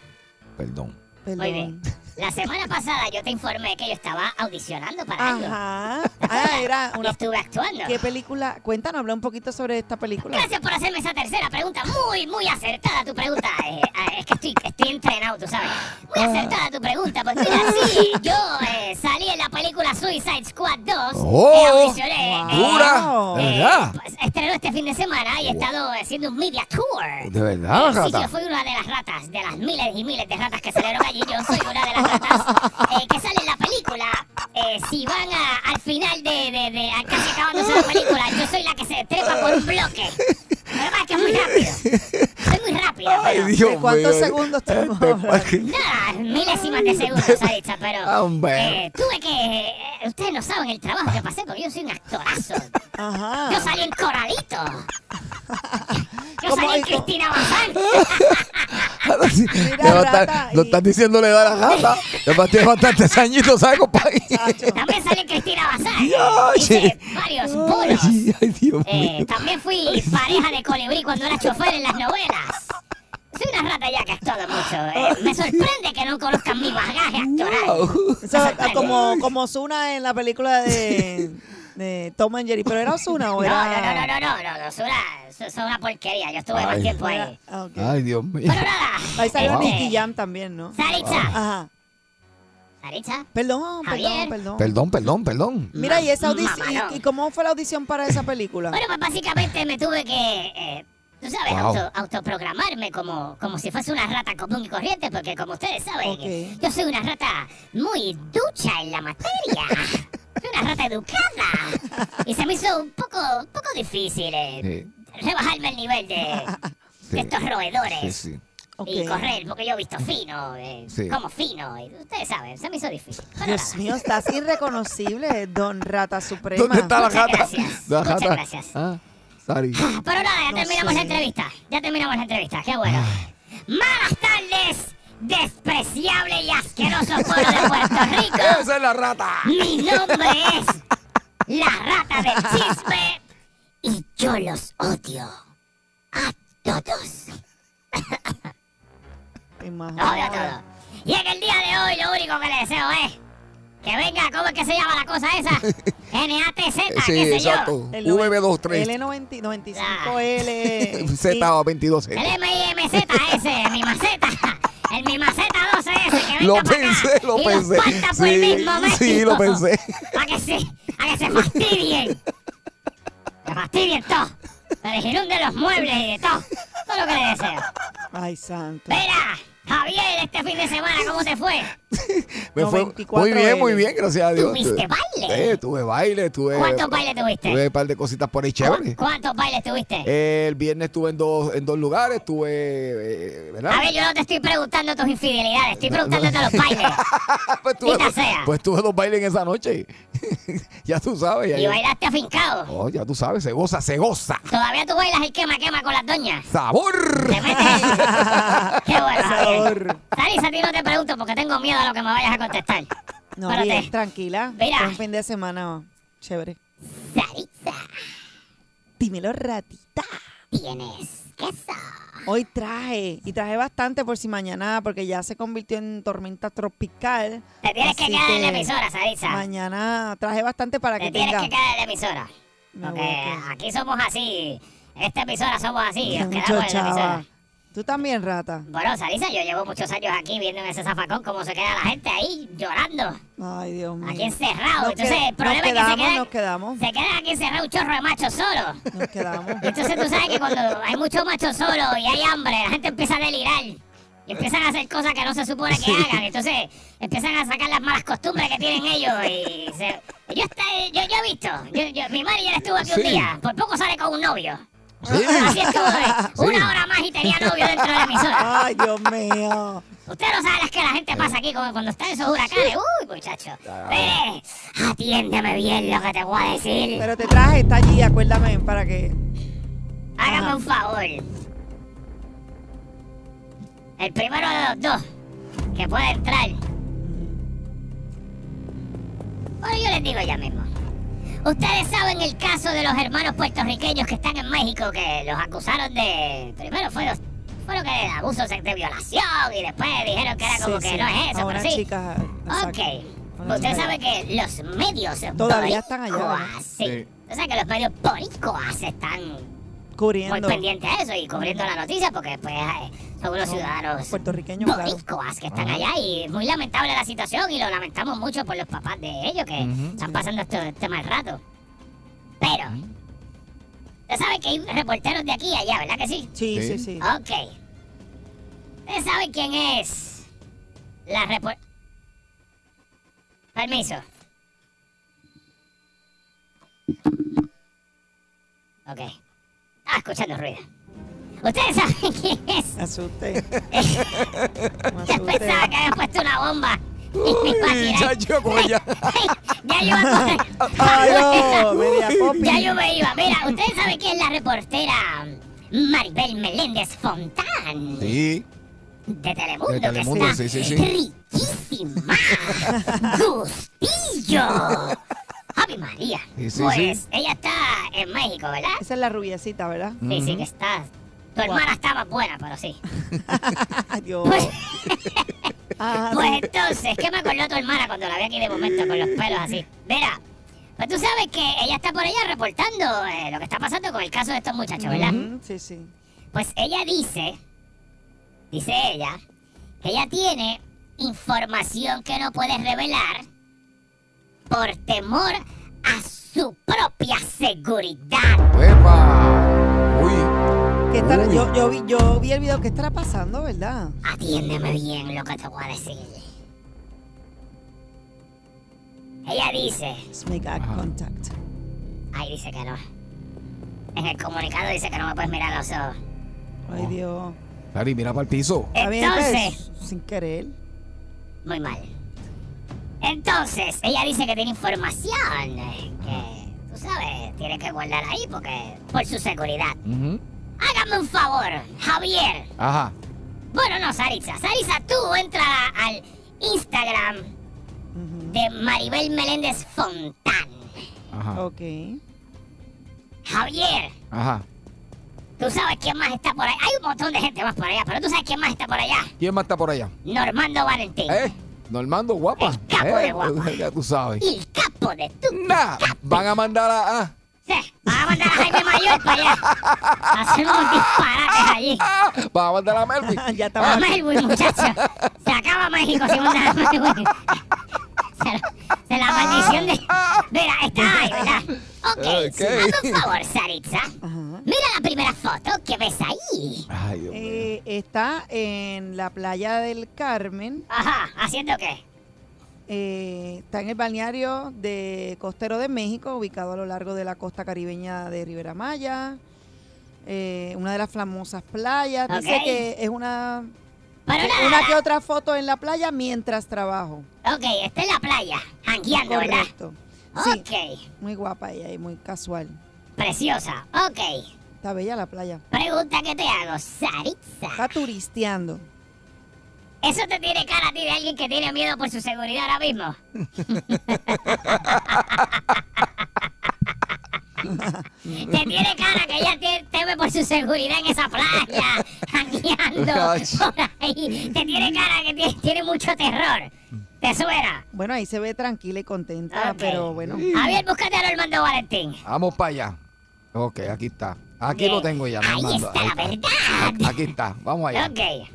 S3: Perdón.
S7: muy bien.
S2: Pelón.
S7: La semana pasada yo te informé que yo estaba audicionando para algo.
S2: Ajá. Ah, era
S7: Y
S2: una.
S7: estuve actuando.
S2: ¿Qué película? Cuéntanos, habla un poquito sobre esta película.
S7: Gracias por hacerme esa tercera pregunta. Muy, muy acertada tu pregunta. Eh, eh, es que estoy, estoy entrenado, tú sabes. Muy
S3: Ah.
S7: acertada tu pregunta. Pues mira, sí, yo eh, salí en la película Suicide Squad 2.
S3: Oh,
S7: eh, audicioné.
S2: wow.
S7: eh,
S3: ¡Dura! ¿De
S7: eh,
S3: verdad?
S7: pues, estrenó este fin de semana y he estado haciendo un media tour.
S3: ¿De verdad,
S7: Eh, sí,
S3: Rata?
S7: yo fui una de las ratas, de las miles y miles de ratas que salieron allí. Yo soy una de las ratas eh, que sale en la película. Eh, si van a- al final de, de, de- a- casi acabándose la película, yo soy la que se trepa por un bloque. Lo que pasa es que es muy rápido. Soy muy rápida, pero
S3: Dios
S2: ¿De cuántos
S3: mío.
S2: segundos estamos
S3: Este
S2: hablando?
S3: parque-
S7: nada, milésimas de segundos ha dicho, pero
S3: Ah, Hombre.
S7: eh, tuve que... eh, ustedes no saben el trabajo que pasé porque yo soy un actorazo. Yo
S2: Ajá.
S7: salí en Coralito. Yo
S2: ¿Cómo
S7: salí en
S2: es? ¿Cómo?
S7: Cristina Bazán.
S3: Ahora sí,
S2: Mira,
S3: le va a estar-
S2: Rata,
S3: Lo
S2: y-
S3: estás diciéndole a la rata. Le va a tener bastantes añitos, ¿sabes, compadre?
S7: También salí en Cristina Bazán.
S3: Dios,
S7: Hice
S3: che.
S7: varios
S3: Ay,
S7: bolos.
S3: ay, Dios
S7: Eh,
S3: mío.
S7: también fui pareja de colibrí cuando era chofer en las novelas. Soy una rata ya que todo mucho. eh. me sorprende que no conozcan mi bagaje actoral.
S3: Wow.
S2: O sea, ah, como, como Osuna en la película de, de Tom and Jerry. ¿Pero era Osuna o
S7: No,
S2: era...?
S7: no, no, no, no, no, no, no, es una, eso es una porquería. Yo estuve
S3: Ay.
S7: más tiempo ahí.
S2: Ah, ok.
S3: Ay, Dios mío.
S7: Pero nada.
S2: Ahí salió
S7: este,
S2: Nicky Jam también, ¿no?
S7: Saritza.
S2: Ajá.
S7: Saritza.
S2: Perdón,
S7: Javier.
S2: perdón, perdón.
S3: Perdón, perdón, perdón.
S2: Mira, ¿y esa audición?
S7: Mamalón.
S2: ¿Y, y cómo fue la audición para esa película?
S7: Bueno, pues básicamente me tuve que, eh, tú sabes,
S3: Wow.
S7: auto- autoprogramarme como, como si fuese una rata común y corriente, porque como ustedes saben,
S2: Ok.
S7: eh, yo soy una rata muy ducha en la materia. Soy una rata educada. Y se me hizo un poco, un poco difícil eh, rebajarme el nivel de, de estos roedores.
S3: Sí, sí.
S2: Ok.
S7: Y correr, porque yo he visto fino, eh,
S3: Sí.
S7: como fino, eh, ustedes saben, se me hizo difícil. Pero
S2: Dios
S7: nada.
S2: mío, estás irreconocible, don Rata Suprema.
S3: ¿Dónde está la
S7: Muchas
S3: rata?
S7: gracias.
S3: La
S7: Muchas
S3: rata.
S7: gracias. Ah,
S3: Ah, sorry.
S7: Pero nada, ya
S2: No
S7: terminamos la
S2: sé.
S7: entrevista. Ya terminamos la entrevista, qué bueno. Malas tardes, despreciable y asqueroso pueblo de Puerto Rico.
S3: Esa es la rata.
S7: Mi nombre es la rata del chisme y yo los odio a todos. Los odio a
S2: Imagínate.
S7: todos. Y en el día de hoy lo único que le deseo es que venga, ¿cómo es que se llama la cosa esa? NATZ,
S3: Sí,
S7: qué sé yo.
S3: exacto.
S2: El
S3: VB23.
S7: eh,
S2: L95L.
S3: Z22.
S7: El MIMZ ese, mi maceta. El mi maceta 12S que venga
S3: Lo
S7: pa' acá
S3: pensé, lo
S7: y
S3: pensé.
S7: Los parta por el
S3: Sí,
S7: mismo
S3: sí,
S7: México.
S3: lo pensé.
S7: Pa' que se, pa' que se fastidien. Se fastidien todo. Se les inunden los muebles y de todo. Todo lo que les deseo.
S2: Ay, santo.
S7: Mira, Javier, este fin de semana, ¿cómo te fue?
S3: Me fue
S2: 94
S3: muy bien, muy
S2: L.
S3: bien, gracias a Dios.
S7: ¿Tuviste baile?
S3: Eh, tuve baile, tuve.
S7: ¿Cuántos bailes
S3: Tuve
S7: tuviste?
S3: un par de cositas por ahí
S7: ¿Cu-
S3: chévere.
S7: ¿Cuántos bailes tuviste?
S3: El viernes estuve en dos, en dos lugares, estuve. eh, ¿Verdad?
S7: A ver, yo no te estoy preguntando tus infidelidades, estoy preguntándote los bailes.
S3: pues, tuve,
S7: maldita sea.
S3: pues tuve dos bailes en esa noche. ya tú sabes. Ya,
S7: Y bailaste afincado.
S3: Oh, ya tú sabes, se goza, se goza.
S7: Todavía tú bailas el quema quema con las doñas.
S3: ¡Sabor!
S7: Te metes. Qué bueno.
S2: Sabor.
S7: Sarisa, a ti no te pregunto porque tengo miedo a lo que me vayas a contestar.
S2: No,
S7: Espérate.
S2: bien, tranquila.
S7: Mira.
S2: Fue Un fin de semana oh, chévere.
S7: Sarisa,
S2: Dímelo, ratita.
S7: tienes queso.
S2: Hoy traje, y traje bastante por si mañana, porque ya se convirtió en tormenta tropical.
S7: Te tienes que
S2: Así
S7: quedar en la emisora, Sarisa.
S2: Mañana traje bastante para
S7: Te
S2: que
S7: tienes
S2: tenga.
S7: que quedar en la emisora.
S2: Me voy a
S7: Porque
S2: quedar.
S7: aquí somos así. En esta emisora somos así. Nos
S2: Mucho
S7: Ah, quedamos en la
S2: chava.
S7: emisora.
S2: Tú también, rata.
S7: Bueno, Sarisa, yo llevo muchos años aquí viendo en ese zafacón cómo se queda la gente ahí llorando.
S2: Ay, Dios mío.
S7: Aquí encerrado.
S2: Nos
S7: Entonces,
S2: qued-
S7: el problema
S2: nos quedamos,
S7: es que se quedan,
S2: nos quedamos,
S7: se quedan aquí encerrados un chorro de machos solos.
S2: nos quedamos.
S7: Entonces tú sabes que cuando hay muchos machos solos y hay hambre, la gente empieza a delirar. Y empiezan a hacer cosas que no se supone que hagan. Entonces empiezan a sacar las malas costumbres que tienen ellos. Y se- yo, está, yo, yo he visto. Yo, yo- mi manager estuvo aquí
S3: Sí.
S7: un día. Por poco sale con un novio.
S3: Sí.
S7: Así estuvo. eh,
S3: Sí.
S7: Una hora más y tenía novio dentro de la emisora.
S2: Ay, Dios mío.
S7: Usted no sabe las que la gente pasa aquí como cuando están esos huracanes. Uy, muchacho. Pérez, atiéndeme bien lo que te voy a decir.
S2: Pero te traje, está allí, acuérdame, para que.
S7: Hágame
S2: Ajá.
S7: un favor. El primero de los dos que pueda entrar. Bueno, yo les digo ya mismo. Ustedes saben el caso de los hermanos puertorriqueños que están en México que los acusaron de. Primero fue, fueron que abuso sex- de violación y después dijeron que era como
S2: Sí,
S7: que
S2: sí,
S7: no es
S2: a
S7: eso, pero
S2: una
S7: sí.
S2: chica, exacto.
S7: Ok.
S2: Una
S7: Ustedes
S2: chica.
S7: saben que los medios.
S2: Todavía están allá, ¿verdad?
S7: boricuas, Sí.
S3: Sí.
S7: Ustedes saben que los medios boricuas están muy
S2: Cubriendo.
S7: pendiente a eso y cubriendo la noticia porque pues eh, son unos ciudadanos
S2: Puertorriqueño, claro.
S7: boricuas que están allá y muy lamentable la situación y lo lamentamos mucho por los papás de ellos que están pasando este, este mal rato. Pero, usted sabe que hay reporteros de aquí y allá, ¿verdad que sí?
S2: Sí, sí,
S3: Sí.
S2: sí.
S7: Ok. ¿Usted sabe quién es la repor... Permiso. Ok. Estaba escuchando ruido. ¿Ustedes saben quién es?
S2: Me asusté. Me
S7: Yo
S2: asusté.
S7: pensaba que había puesto una bomba. Y me iba a
S3: Uy,
S7: tirar.
S3: chacho, con ella.
S7: Ya yo iba a correr.
S2: Ay, no, media popi.
S7: Ya yo me iba. Mira, ¿ustedes saben quién es la reportera Maribel Meléndez Fontán?
S3: Sí.
S7: de Telemundo,
S3: De Telemundo,
S7: que está
S3: sí, sí, sí.
S7: riquísima. Gustillo. Ave María.
S3: Sí, sí,
S7: pues
S3: sí.
S7: ella está en México, ¿verdad?
S2: Esa es la rubiecita, ¿verdad?
S7: Sí, sí, que está. Tu hermana está más buena, pero sí.
S2: Ay, Dios.
S7: Pues,
S2: Ah,
S7: pues entonces, ¿qué me acordó tu hermana cuando la vi aquí de momento con los pelos así? Mira, pues tú sabes que ella está por allá reportando eh, lo que está pasando con el caso de estos muchachos, ¿verdad?
S2: Ujú, Sí, sí.
S7: Pues ella dice, dice ella, que ella tiene información que no puede revelar por temor a su propia seguridad.
S3: ¡Epa! Uy.
S2: ¿Qué estará-
S3: Uy.
S2: yo, yo, vi, yo vi el video. ¿Qué estará pasando, verdad?
S7: Atiéndeme bien lo que te voy a decir. Ella dice,
S2: Let's make eye contact.
S7: ay, dice que no. En el comunicado dice que no me puedes mirar a los ojos.
S2: Ay, Dios.
S3: Dari, mira para el piso.
S2: Está bien,
S7: Entonces,
S2: pues, sin querer.
S7: Muy mal. Entonces, ella dice que tiene información eh, que, tú sabes, tiene que guardar ahí porque por su seguridad.
S3: Ujú.
S7: Hágame un favor, Javier.
S3: Ajá.
S7: Bueno, no, Saritza. Saritza, tú entra al Instagram de Maribel Meléndez Fontán.
S3: Ajá.
S2: Ok.
S7: Javier,
S3: Ajá.
S7: tú sabes quién más está por ahí. Hay un montón de gente más por allá, pero tú sabes quién más está por allá.
S3: ¿Quién más está por allá?
S7: Normando Valentín.
S3: ¿Eh? Normando, guapa. Eh,
S7: El capo de guapa.
S3: Ya tú sabes.
S7: Y el capo de tu
S3: Nah, van a mandar a. ah,
S7: Sí, van a mandar a Jaime Mayor para allá. A hacer unos disparates allí.
S3: ah, van a mandar a Melvin.
S2: ya
S7: A
S2: estamos.
S7: Melbourne, muchacho. Se acaba México si mandan a Melbourne. Se, la- se
S2: Ah.
S7: la maldición de. Mira, está ahí, ¿verdad? Ok,
S3: Ah. Ok.
S7: hazme un favor, Saritza.
S2: Ajá.
S7: Mira la primera foto que ves ahí.
S3: Ay, Dios mío.
S2: Eh, está en la playa del Carmen.
S7: Ajá, ¿haciendo qué?
S2: Eh, está en el balneario de Costero de México, ubicado a lo largo de la costa caribeña de Rivera Maya. Eh, una de las famosas playas. Dice
S7: Ok.
S2: que es una,
S7: Pero nada.
S2: una que otra foto en la playa mientras trabajo.
S7: Ok, está en la playa, jangueando, ¿verdad?
S2: Correcto. Sí,
S7: Ok,
S2: muy guapa ella y muy casual.
S7: preciosa. Ok,
S2: Está bella la playa.
S7: pregunta que te hago, Saritza.
S2: Está turisteando.
S7: Eso te tiene cara a ti de alguien que tiene miedo por su seguridad ahora mismo. Te tiene cara que ella te- teme por su seguridad en esa playa, jangueando por ahí. Te tiene cara que ti- tiene mucho terror. Te suena.
S2: Bueno, ahí se ve tranquila y contenta,
S7: Ah, Ok.
S2: pero bueno.
S7: Javier, búscate a Normando Valentín.
S3: Vamos para allá. Ok, aquí está. Aquí
S7: Bien.
S3: lo tengo ya.
S7: Ahí
S3: Normando.
S7: está la
S3: Ahí
S7: verdad.
S3: está. Aquí está. Vamos allá.
S7: Ok.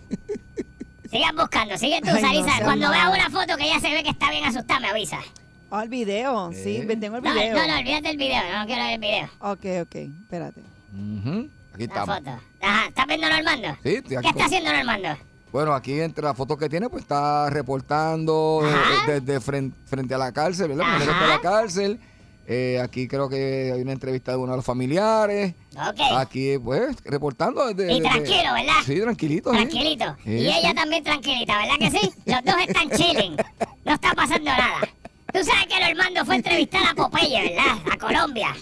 S7: Sigan buscando, sigue tú,
S2: Ay, no,
S7: Sarisa.
S2: sea
S7: Cuando
S2: mala.
S7: veas una foto que ya se ve que está bien asustada, me avisa.
S2: Ah, el video. Sí,
S3: Eh.
S2: tengo el
S7: No,
S2: video.
S7: no, no, olvídate del video, no quiero ver el video.
S2: Ok, ok, espérate.
S3: Ujú,
S7: La
S3: Aquí estamos.
S7: foto. Ajá, Ah, ¿estás viendo a Normando?
S3: Sí, estoy
S7: ¿Qué
S3: aquí.
S7: está haciendo Normando?
S3: Bueno, aquí entre las fotos que tiene, pues está reportando eh,
S7: Ajá.
S3: desde fren- frente a la cárcel, ¿verdad?
S7: Ajá.
S3: Primero está la cárcel. Eh, aquí creo que hay una entrevista de uno de los familiares.
S7: Ok.
S3: Aquí, pues, reportando desde...
S7: Y
S3: desde-
S7: tranquilo, ¿verdad?
S3: Sí, tranquilito. sí.
S7: Tranquilito.
S3: ¿eh? Sí,
S7: Y
S3: sí.
S7: ella también tranquilita, ¿verdad que sí? Los dos están chilling. No está pasando nada. Tú sabes que Normando fue a entrevistar a Popeye, ¿verdad? A Colombia.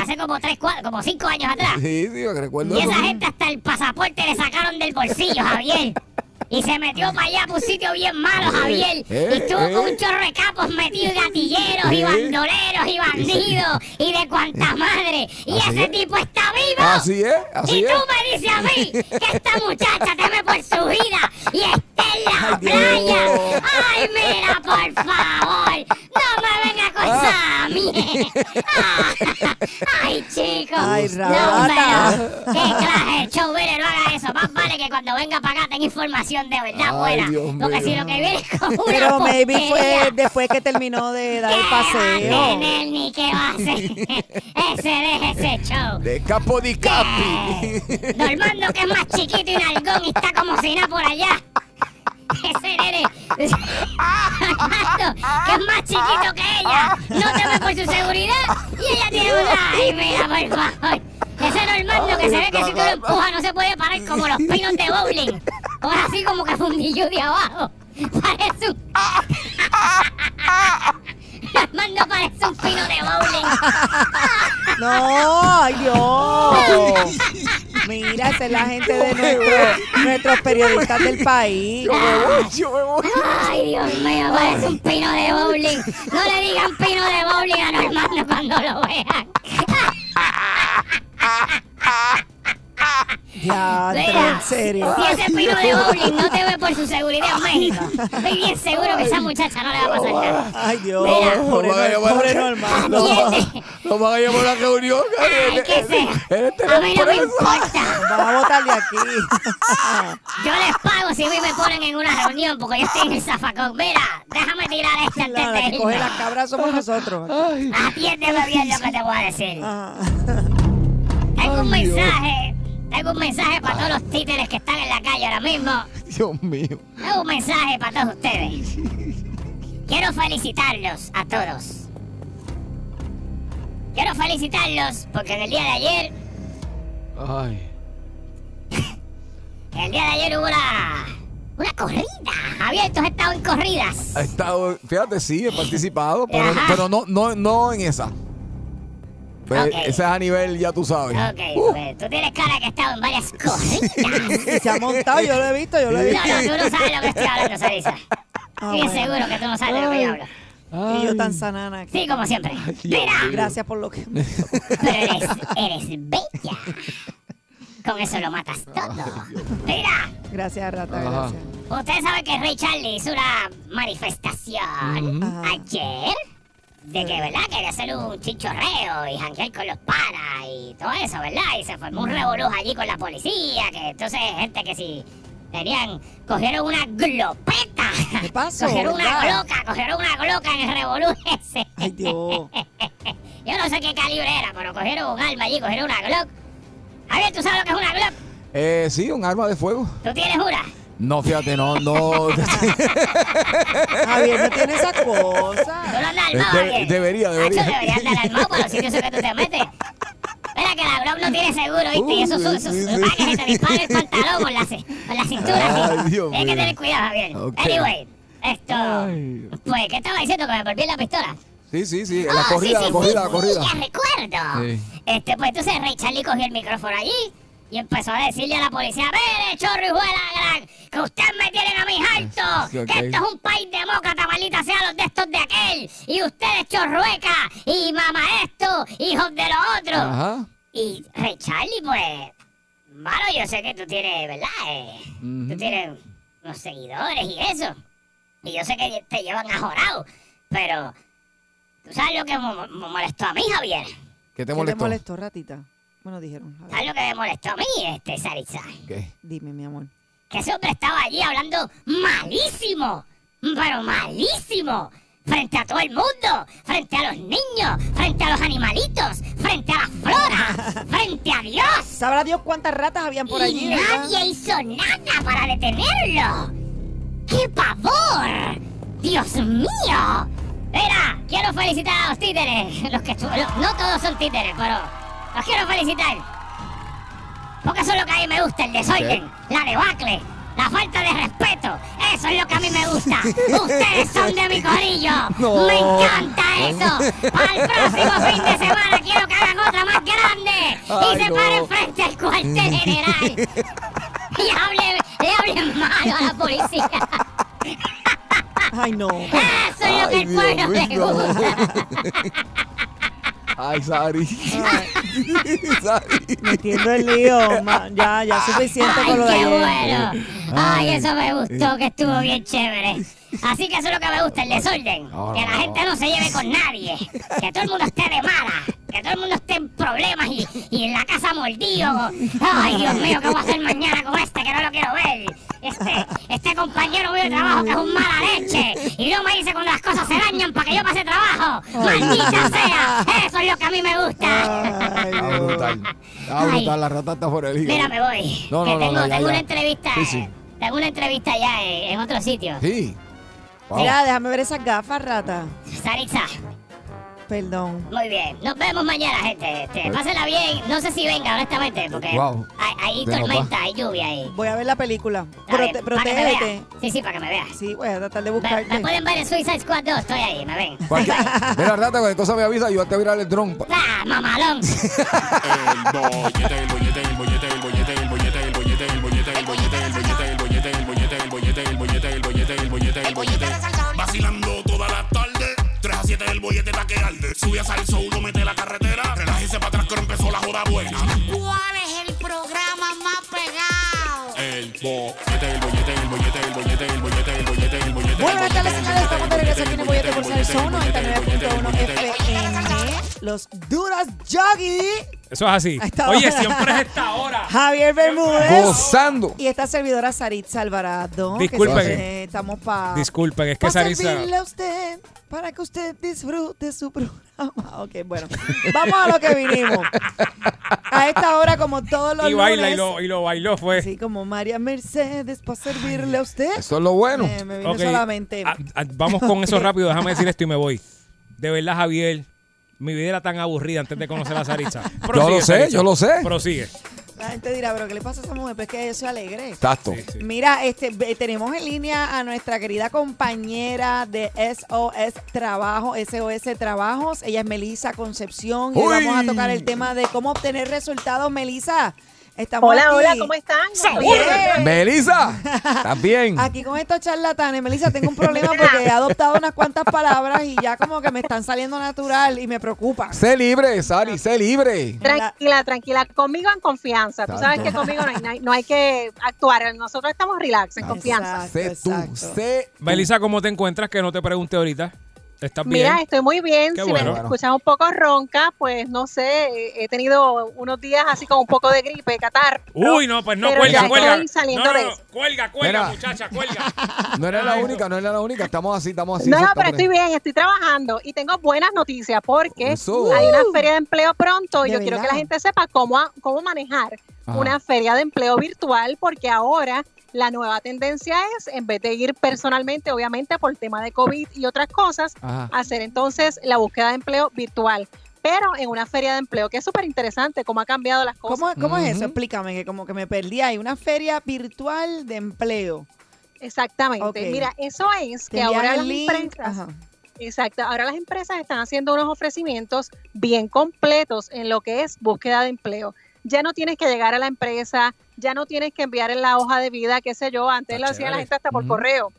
S7: Hace como tres, cuatro, como cinco años atrás.
S3: Sí, sí, yo recuerdo
S7: Y esa
S3: eso.
S7: gente hasta el pasaporte le sacaron del bolsillo, Javier. Y se metió para allá por un sitio bien malo, Javier.
S3: eh,
S7: y estuvo con
S3: eh.
S7: un chorro de capos metido y gatilleros y
S3: Eh.
S7: bandoleros y bandidos y de cuanta madre. Y
S3: Así
S7: ese
S3: es.
S7: tipo está vivo.
S3: Así es, así
S7: y tú
S3: es.
S7: me dices a mí que esta muchacha teme por su vida y está en la playa.
S3: Dios.
S7: Ay, mira, por favor, no me venga con
S3: Ah.
S7: esa mierda. Ay, chicos.
S2: Ay,
S7: no,
S2: rata.
S7: pero, qué clase de show, mire, no haga eso. Más vale que cuando venga para acá tenga información de verdad
S3: Ay,
S7: buena.
S3: Dios
S7: porque
S3: mío.
S7: si lo que viene es como una
S2: Pero maybe
S7: porquería,
S2: fue después que terminó de dar el
S7: ¿qué va a
S2: paseo.
S7: tener ni qué va a hacer? ese deje ese show.
S3: De capo di capi.
S7: Normando que es más chiquito y nalgón y está como si nada por allá. Ese nene. Normando, que es más chiquito que ella. No teme por su seguridad. Y ella tiene una. Ay, mira, por favor. Ese Normando que se ve que si tú lo empujas no se puede parar como los pinos de bowling. O es así como que fundillo de abajo. Parece un. Normando parece un pino de bowling.
S2: No, ay Dios. Mira, esa es la gente de nuestro- nuestros periodistas del país.
S3: Yo me voy, yo me voy.
S7: Ay, Dios mío, parece un pino de bowling. No le digan pino de bowling a Normando cuando lo vean.
S2: Ya,
S7: Mira,
S2: en serio.
S7: Si ese pino de bowling no te ve por su seguridad en México, estoy bien seguro que esa muchacha no le va a pasar nada.
S2: Ay Dios,
S7: Mira.
S2: pobre,
S3: Vaya,
S2: Nor- pobre
S3: vaya.
S2: Normando.
S3: Lo van
S7: Atiende.
S3: lo van a llevar a la reunión. Eh,
S7: Ay, que
S3: Él
S7: sea.
S3: está
S7: A mí no me
S3: preso.
S7: importa.
S2: Vamos a botar de aquí.
S7: Yo les pago si a mí me ponen en una reunión porque yo estoy en el zafacón. Mira, déjame tirar esta
S2: La, la
S7: antes de
S2: que coge
S7: irme.
S2: las cabras somos nosotros.
S7: Atiéndeme bien lo que te voy a decir.
S2: Ah.
S7: Tengo un mensaje. Tengo un mensaje para todos los títeres que están en la calle ahora mismo.
S3: Dios mío.
S7: Tengo un mensaje para todos ustedes. Quiero felicitarlos a todos. Quiero felicitarlos porque en el día de ayer,
S3: Ay.
S7: en el día de ayer hubo una, una corrida. Javier, tú has estado en corridas.
S3: Ha estado, fíjate, sí, he participado, pero,
S7: Ajá.
S3: pero no, no, no en esa. Pues,
S7: Ok.
S3: Esa es a nivel, ya tú sabes.
S7: Ok,
S3: Uh,
S7: pues, tú tienes cara que has estado en varias corridas.
S2: Y se ha montado, yo lo he visto, yo lo he
S7: No,
S2: visto.
S7: no, tú no sabes lo que estoy hablando, Sarisa.
S2: Ah,
S7: Estoy
S2: bueno.
S7: seguro que tú no sabes de lo que yo hablo.
S2: Y yo tan sanana aquí.
S7: Sí, como siempre. Mira,
S2: Gracias por lo que.
S7: Pero eres, eres bella. Con eso lo matas todo. Mira,
S2: Gracias, Rata,
S3: Ajá.
S2: gracias.
S7: usted sabe que Ray Charlie hizo una manifestación
S2: Ajá.
S7: ayer. De que, ¿verdad? Quería hacer un chichorreo y janguear con los panas y todo eso, ¿verdad? Y se formó un revolú allí con la policía. Que entonces, gente que si tenían. Cogieron una glopeta.
S2: ¿Qué pasó,
S7: Cogieron una
S2: verdad?
S7: gloca, cogieron una gloca en el revolú ese.
S2: Ay, Dios.
S7: Yo no sé qué calibre era, pero cogieron un arma allí, cogieron una Glock. Javier, ¿tú sabes lo que es una Glock?
S3: eh, sí, un arma de fuego.
S7: ¿Tú tienes una?
S3: No, fíjate, no, no. de-
S2: Javier no tiene esa cosa.
S7: ¿Tú no andas armado,
S3: de-
S7: Javier?
S3: debería, debería.
S7: Nacho, debería andar armado para los sitios esos que tú te metes. Mira que la Glock no tiene seguro, ¿viste? y eso,
S3: Uy,
S7: eso,
S3: sí,
S7: eso-
S3: sí.
S7: para que se te dispare el pantalón con la, ci- con la cintura,
S3: Ay,
S7: sí.
S3: Dios
S7: Tienes que
S3: mío.
S7: tener cuidado, Javier.
S3: Ok.
S7: Anyway, esto...
S3: Ay.
S7: Pues, ¿qué estaba diciendo? Que me volví la pistola.
S3: Sí, sí, sí,
S7: Ah,
S3: la corrida,
S7: sí, sí,
S3: la corrida,
S7: sí,
S3: la corrida.
S7: Ya recuerdo.
S3: Sí.
S7: Este, pues entonces Ray Charlie cogió el micrófono allí eh, y empezó a decirle a la policía, mire, chorro y juela, gran, que ustedes me tienen a mis altos, que esto es un país demócrata, maldita sea los de estos de aquel, y ustedes chorrueca, y mamá esto, hijos de los otros.
S3: Ajá.
S7: Y Ray Charlie, pues, mano, yo sé que tú tienes, ¿verdad? Eh, Tú tienes unos seguidores y eso. Y yo sé que te llevan a jorado, pero tú sabes lo que mo- mo- molestó a mí, Javier.
S8: ¿Qué te
S2: ¿Qué
S8: molestó?
S2: te molestó, ratita? Bueno, dijeron. A ver,
S7: ¿Sabes lo que me molestó a mí, este Saritza?
S8: ¿Qué?
S2: dime, mi amor.
S7: Que ese hombre estaba allí hablando malísimo, pero malísimo. Frente a todo el mundo, frente a los niños, frente a los animalitos, frente a la flora, frente a Dios.
S2: Sabrá Dios cuántas ratas habían por
S7: y
S2: allí, ¿verdad?
S7: nadie hizo nada para detenerlo. ¡Qué pavor! ¡Dios mío! Mira, quiero felicitar a los títeres. Los que estu- los- no todos son títeres, pero los quiero felicitar. Porque eso es lo que a mí me gusta, el desorden, la debacle, la falta de respeto. Eso es lo que a mí me gusta. Ustedes son de mi corillo.
S3: No.
S7: Me encanta eso. Para el próximo fin de semana quiero que hagan otra más grande
S3: Ay,
S7: Eh, y se
S3: no.
S7: paren frente al cuartel general. y hablen, le hablen malo a la policía.
S2: Ay, no.
S9: Ah,
S7: Eso es lo que
S3: Ay,
S7: el
S3: Dios
S7: pueblo le
S3: mío.
S7: gusta.
S3: Ay, Sari. Sari.
S2: Metiendo el lío. ma- Ya, ya suficiente
S7: Ay,
S2: con lo de
S7: qué
S2: ayer.
S7: bueno. Ay, eso me gustó, que estuvo bien chévere. Así que eso es lo que me gusta, el desorden. Que
S9: Oh.
S7: la gente no se lleve con nadie. Que todo el mundo esté de mala. Que todo el mundo esté en problemas y, y en la casa mordido. Ay, Dios mío, ¿qué voy a hacer mañana con este que no lo quiero ver? Este, este compañero mío de trabajo que es un mala leche. Y no me dice cuando las cosas se dañan para que yo pase trabajo. ¡Maldita sea! Eso es lo que a mí me gusta.
S2: Ay,
S8: Está
S2: Dios.
S8: brutal. Está
S7: Ay.
S8: brutal. La rata está fuera del hígado.
S7: Mira, me voy.
S8: No,
S7: que
S8: no, no,
S7: tengo,
S8: no, ya,
S7: tengo
S8: ya.
S7: una entrevista.
S8: Sí, sí.
S7: eh, Tengo una entrevista allá eh, en otro sitio.
S8: Sí. Wow.
S2: Mira, déjame ver esas gafas, rata.
S7: Saritza,
S2: Perdón.
S7: muy bien. Nos vemos mañana, gente. Este, pásenla bien. No sé si venga, honestamente, porque
S8: Wow.
S7: hay, hay
S8: De papá.
S7: tormenta, hay lluvia ahí.
S2: Voy a ver la película.
S7: Para
S2: Prote-
S7: que me
S2: protégete.
S7: vea. Sí, sí, para que me veas.
S2: Sí, voy a tratar de
S7: Me, me
S2: buscarte.
S7: pueden ver en Suicide Squad 2, estoy ahí, me ven.
S8: Cualquier- Mira, rata, cualquier cosa me avisa. Yo te voy a virar el dron.
S7: ¡Ah, mamalón!
S1: El bollete, el bollete, el bollete, el bollete, el bollete, el bollete, el bollete, el bollete, el bollete, el bollete, el bollete, el bollete, el bollete, el bollete, el bollete, el bollete. Vacilando toda la tarde, 3 a 7 el bollete está que arde. Sube a salso, uno mete la carretera, relájese para atrás que ahora empezó la joda buena.
S9: ¿Cuál es el programa más pegado?
S1: El bollete, el bollete, el bollete, el bollete, el bollete, el bollete, el bollete.
S2: Muy buenas tardes, señores. Estamos de regreso aquí en el Bollete por Salsón 99.1 FM. Los duros Yogi.
S4: Eso es así.
S2: A esta
S4: Oye,
S2: hora.
S4: siempre es esta hora.
S2: Javier Bermúdez.
S8: Gozando.
S2: Y esta servidora Saritza Alvarado. que
S4: Disculpen.
S2: estamos, eh, estamos para.
S4: Disculpen, es que
S2: Para
S4: Saritza.
S2: servirle a usted, para que usted disfrute su programa. Ok, bueno, vamos a lo que vinimos. A esta hora, como todos los
S4: Y baila,
S2: lunes,
S4: y lo, y lo bailó, fue.
S2: así como María Mercedes, para servirle a usted,
S8: Eso es lo bueno.
S2: eh, me vino
S4: Ok,
S2: solamente.
S4: a- a- vamos con eso
S2: Ok.
S4: rápido, déjame decir esto y me voy. De verdad, Javier, mi vida era tan aburrida antes de conocer a Saritza. Prosigue,
S8: lo sé,
S4: Saritza,
S8: yo lo sé.
S4: Prosigue.
S2: La gente dirá, pero ¿qué le pasa a esa mujer? Pero es que yo soy alegre.
S8: Tato.
S4: Sí.
S2: Mira, este, ve- tenemos en línea a nuestra querida compañera de SOS Trabajo, SOS Trabajos. Ella es Melisa Concepción y hoy
S8: Uy.
S2: vamos a tocar el tema de cómo obtener resultados, Melisa. Estamos
S10: Hola,
S2: aquí.
S10: hola, ¿cómo están?
S2: Bien.
S8: Melissa, también.
S2: Aquí con estos charlatanes, Melisa, tengo un problema porque he adoptado unas cuantas palabras y ya como que me están saliendo natural y me preocupa.
S8: Sé libre, Sari, sé libre.
S10: Tranquila, tranquila, conmigo en confianza. Tú sabes que conmigo no hay- no hay, no hay que actuar, nosotros estamos relax, en confianza.
S2: Exacto,
S8: Sé tú,
S2: exacto.
S8: sé.
S4: Melissa, ¿cómo te encuentras? Que no te pregunte ahorita. ¿Estás bien?
S10: Mira, estoy muy bien.
S4: Qué
S10: si
S4: bueno.
S10: me escuchas un poco ronca, pues no sé, eh, he tenido unos días así con un poco de gripe, catar.
S4: Uy, no, pues no,
S10: pero
S4: cuelga,
S10: ya
S4: cuelga.
S10: estoy saliendo
S4: no, no,
S10: de
S4: no,
S10: eso.
S4: cuelga, cuelga,
S8: Mira.
S4: muchacha, cuelga.
S8: No era la única, no era la única. Estamos así, estamos así.
S10: no, no,
S8: estamos
S10: pero estoy
S8: así.
S10: bien, estoy trabajando y tengo buenas noticias porque
S8: Eso.
S10: hay una feria de empleo pronto y
S2: ¿De
S10: yo quiero que
S2: verdad?
S10: la gente sepa cómo, a- cómo manejar
S8: Ajá.
S10: una feria de empleo virtual porque ahora la nueva tendencia es, en vez de ir personalmente, obviamente por el tema de COVID y otras cosas,
S8: Ajá.
S10: hacer entonces la búsqueda de empleo virtual, pero en una feria de empleo, que es súper interesante cómo ha cambiado las cosas.
S2: ¿Cómo, cómo es
S8: Ujú.
S2: eso? Explícame, que como que me perdí. Hay una feria virtual de empleo.
S10: Exactamente.
S2: Ok.
S10: Mira, eso es
S2: Te
S10: que ahora
S2: envían
S10: las
S2: el link.
S10: empresas...
S2: Ajá.
S10: Exacto. Ahora las empresas están haciendo unos ofrecimientos bien completos en lo que es búsqueda de empleo. Ya no tienes que llegar a la empresa, ya no tienes que enviar en la hoja de vida, qué sé yo, antes
S4: Está
S10: lo hacía la
S4: chévere.
S10: gente hasta por
S8: Ujú.
S10: correo.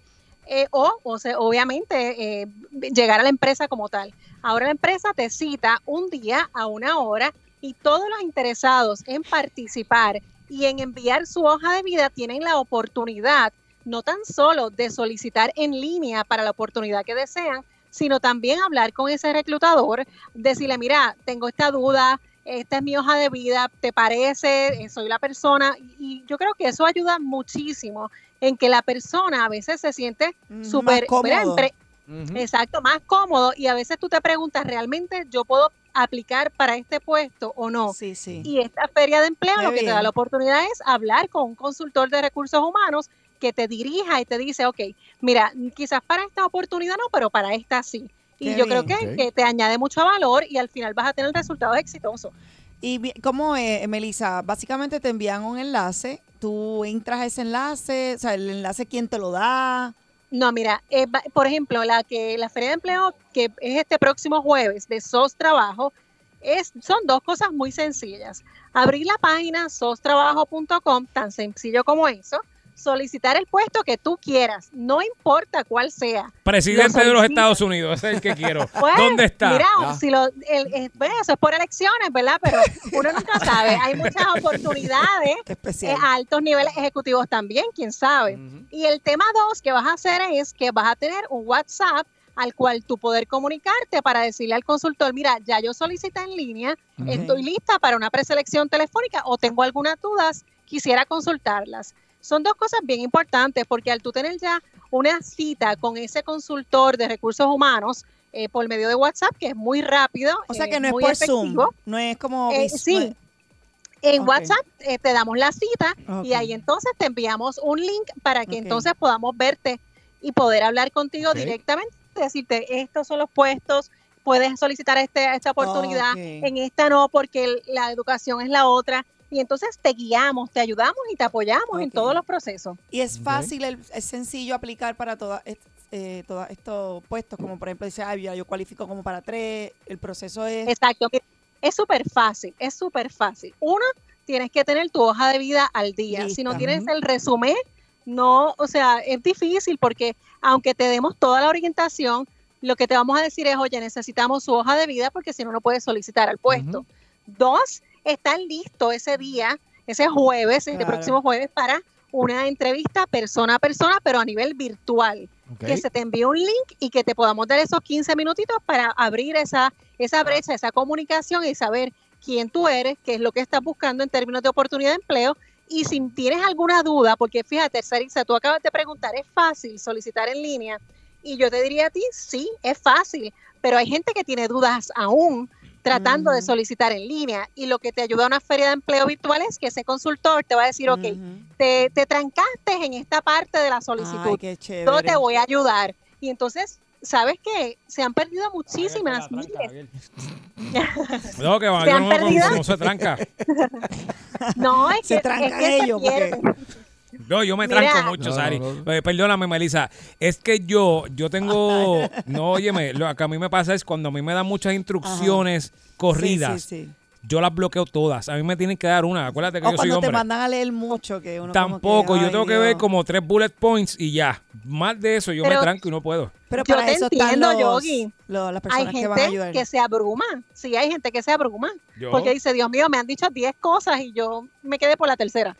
S10: eh, o, o sea, obviamente eh, llegar a la empresa como tal. Ahora la empresa te cita un día a una hora y todos los interesados en participar y en enviar su hoja de vida tienen la oportunidad no tan solo de solicitar en línea para la oportunidad que desean, sino también hablar con ese reclutador, decirle, mira, tengo esta duda, esta es mi hoja de vida, ¿te parece? Eh, Soy la persona. Y yo creo que eso ayuda muchísimo en que la persona a veces se siente
S2: Mm, más
S10: súper...
S2: cómodo.
S10: ¿verdad? Empre-
S2: Ujú.
S10: Exacto, más cómodo. Y a veces tú te preguntas, ¿realmente yo puedo aplicar para este puesto o no?
S2: Sí, sí.
S10: Y esta feria de empleo
S2: Qué
S10: lo que te da
S2: bien.
S10: la oportunidad es hablar con un consultor de recursos humanos que te dirija y te dice, ok, mira, quizás para esta oportunidad no, pero para esta sí. Y
S2: Qué
S10: yo creo
S2: bien.
S10: que,
S2: Ok.
S10: que te añade mucho valor y al final vas a tener resultados exitosos.
S2: ¿Y vi- cómo, eh, Melissa? Básicamente te envían un enlace, tú entras a ese enlace, o sea, el enlace, ¿quién te lo da?
S10: No, mira, eh, va- por ejemplo, la que la feria de empleo que es este próximo jueves de SOS Trabajo, es, son dos cosas muy sencillas. Abrir la página sostrabajo.com, tan sencillo como eso, solicitar el puesto que tú quieras, no importa cuál sea.
S4: Presidente de los
S10: solicitas.
S4: Estados Unidos, ese es el que quiero.
S10: Pues,
S4: ¿Dónde está?
S10: Mira,
S4: Ah.
S10: si lo, el- el- bueno, eso es por elecciones, ¿verdad? Pero uno nunca sabe. Hay muchas oportunidades eh, a altos niveles ejecutivos también, quién sabe. Y el tema dos que vas a hacer es que vas a tener un WhatsApp al cual tú poder comunicarte para decirle al consultor, mira, ya yo solicité en línea, este,
S11: Ujú.
S10: estoy lista para una preselección telefónica o tengo algunas dudas, quisiera consultarlas. Son dos cosas bien importantes porque al tú tener ya una cita con ese consultor de recursos humanos eh, por medio de WhatsApp, que es muy rápido,
S2: O sea
S10: eh,
S2: que no es
S10: muy
S2: por
S10: efectivo,
S2: Zoom, no es como...
S10: eh,
S2: vis-
S10: sí. En
S2: Ok.
S10: WhatsApp eh, te damos la cita
S2: Ok.
S10: y ahí entonces te enviamos un link para que
S2: Ok.
S10: entonces podamos verte y poder hablar contigo
S2: Ok.
S10: directamente, decirte estos son los puestos, puedes solicitar este, esta oportunidad,
S2: Ok.
S10: en esta no porque el- la educación es la otra y entonces te guiamos, te ayudamos y te apoyamos en todos los procesos.
S2: Y es fácil, el- es sencillo aplicar para todas est- eh, todos estos puestos, como por ejemplo dice, "Ay, ya yo cualifico como para tres, el proceso es...
S10: Exacto. mira, Es súper fácil, es súper fácil. Uno, tienes que tener tu hoja de vida al día. Si no
S2: Lista.
S10: tienes
S2: Ujú.
S10: el resumen, no, o sea, es difícil porque aunque te demos toda la orientación, lo que te vamos a decir es, oye, necesitamos su hoja de vida porque si no, no puedes solicitar al puesto. Dos, estar listo ese día, ese jueves, este
S11: Claro.
S10: próximo jueves, para una entrevista persona a persona, pero a nivel virtual.
S11: Ok.
S10: Que se te envíe un link y que te podamos dar esos 15 minutitos para abrir esa, esa brecha, esa comunicación y saber quién tú eres, qué es lo que estás buscando en términos de oportunidad de empleo. Y si tienes alguna duda, porque fíjate, Sarisa, tú acabas de preguntar, es fácil solicitar en línea. Y yo te diría a ti, sí, es fácil, pero hay gente que tiene dudas aún tratando
S2: Mm.
S10: de solicitar en línea. Y lo que te ayuda a una feria de empleo virtual es que ese consultor te va a decir, ok, te, te trancaste en esta parte de la solicitud,
S2: qué
S10: yo
S2: chévere.
S10: te voy a ayudar. Y entonces, ¿sabes qué? Se han perdido muchísimas, miles.
S4: No, que van
S10: Se
S4: yo
S10: han
S4: no, no,
S10: perdido.
S4: no se tranca.
S10: No, es
S2: Se
S10: que,
S2: tranca
S10: es que
S2: ellos,
S10: se
S2: porque-
S10: pierden.
S4: No, yo me
S10: Mira.
S4: tranco mucho,
S10: No, no,
S4: Sari.
S10: no,
S4: Eh, Perdóname, Melissa. Es que yo, yo tengo. No, óyeme, lo que a mí me pasa es cuando a mí me dan muchas instrucciones corridas,
S2: Sí, sí, sí.
S4: yo las bloqueo todas. A mí me tienen que dar una. Acuérdate que
S2: O
S4: yo soy
S2: cuando te
S4: hombre.
S2: mandan a leer mucho, que uno como que,
S4: Tampoco, yo
S2: ay,
S4: tengo que
S2: Dios.
S4: ver como tres bullet points y ya. Más de eso, yo me
S10: Pero-
S4: tranco y no puedo.
S2: Pero
S10: Yo
S2: para
S10: te
S2: eso
S10: entiendo,
S2: están los,
S10: Yogi.
S2: los- las
S10: hay
S2: personas
S10: gente
S2: que van a ayudar.
S10: se abruma. Sí, hay gente que se abruma.
S2: Yo.
S10: Porque dice, Dios mío, me han dicho 10 cosas y yo me quedé por la tercera.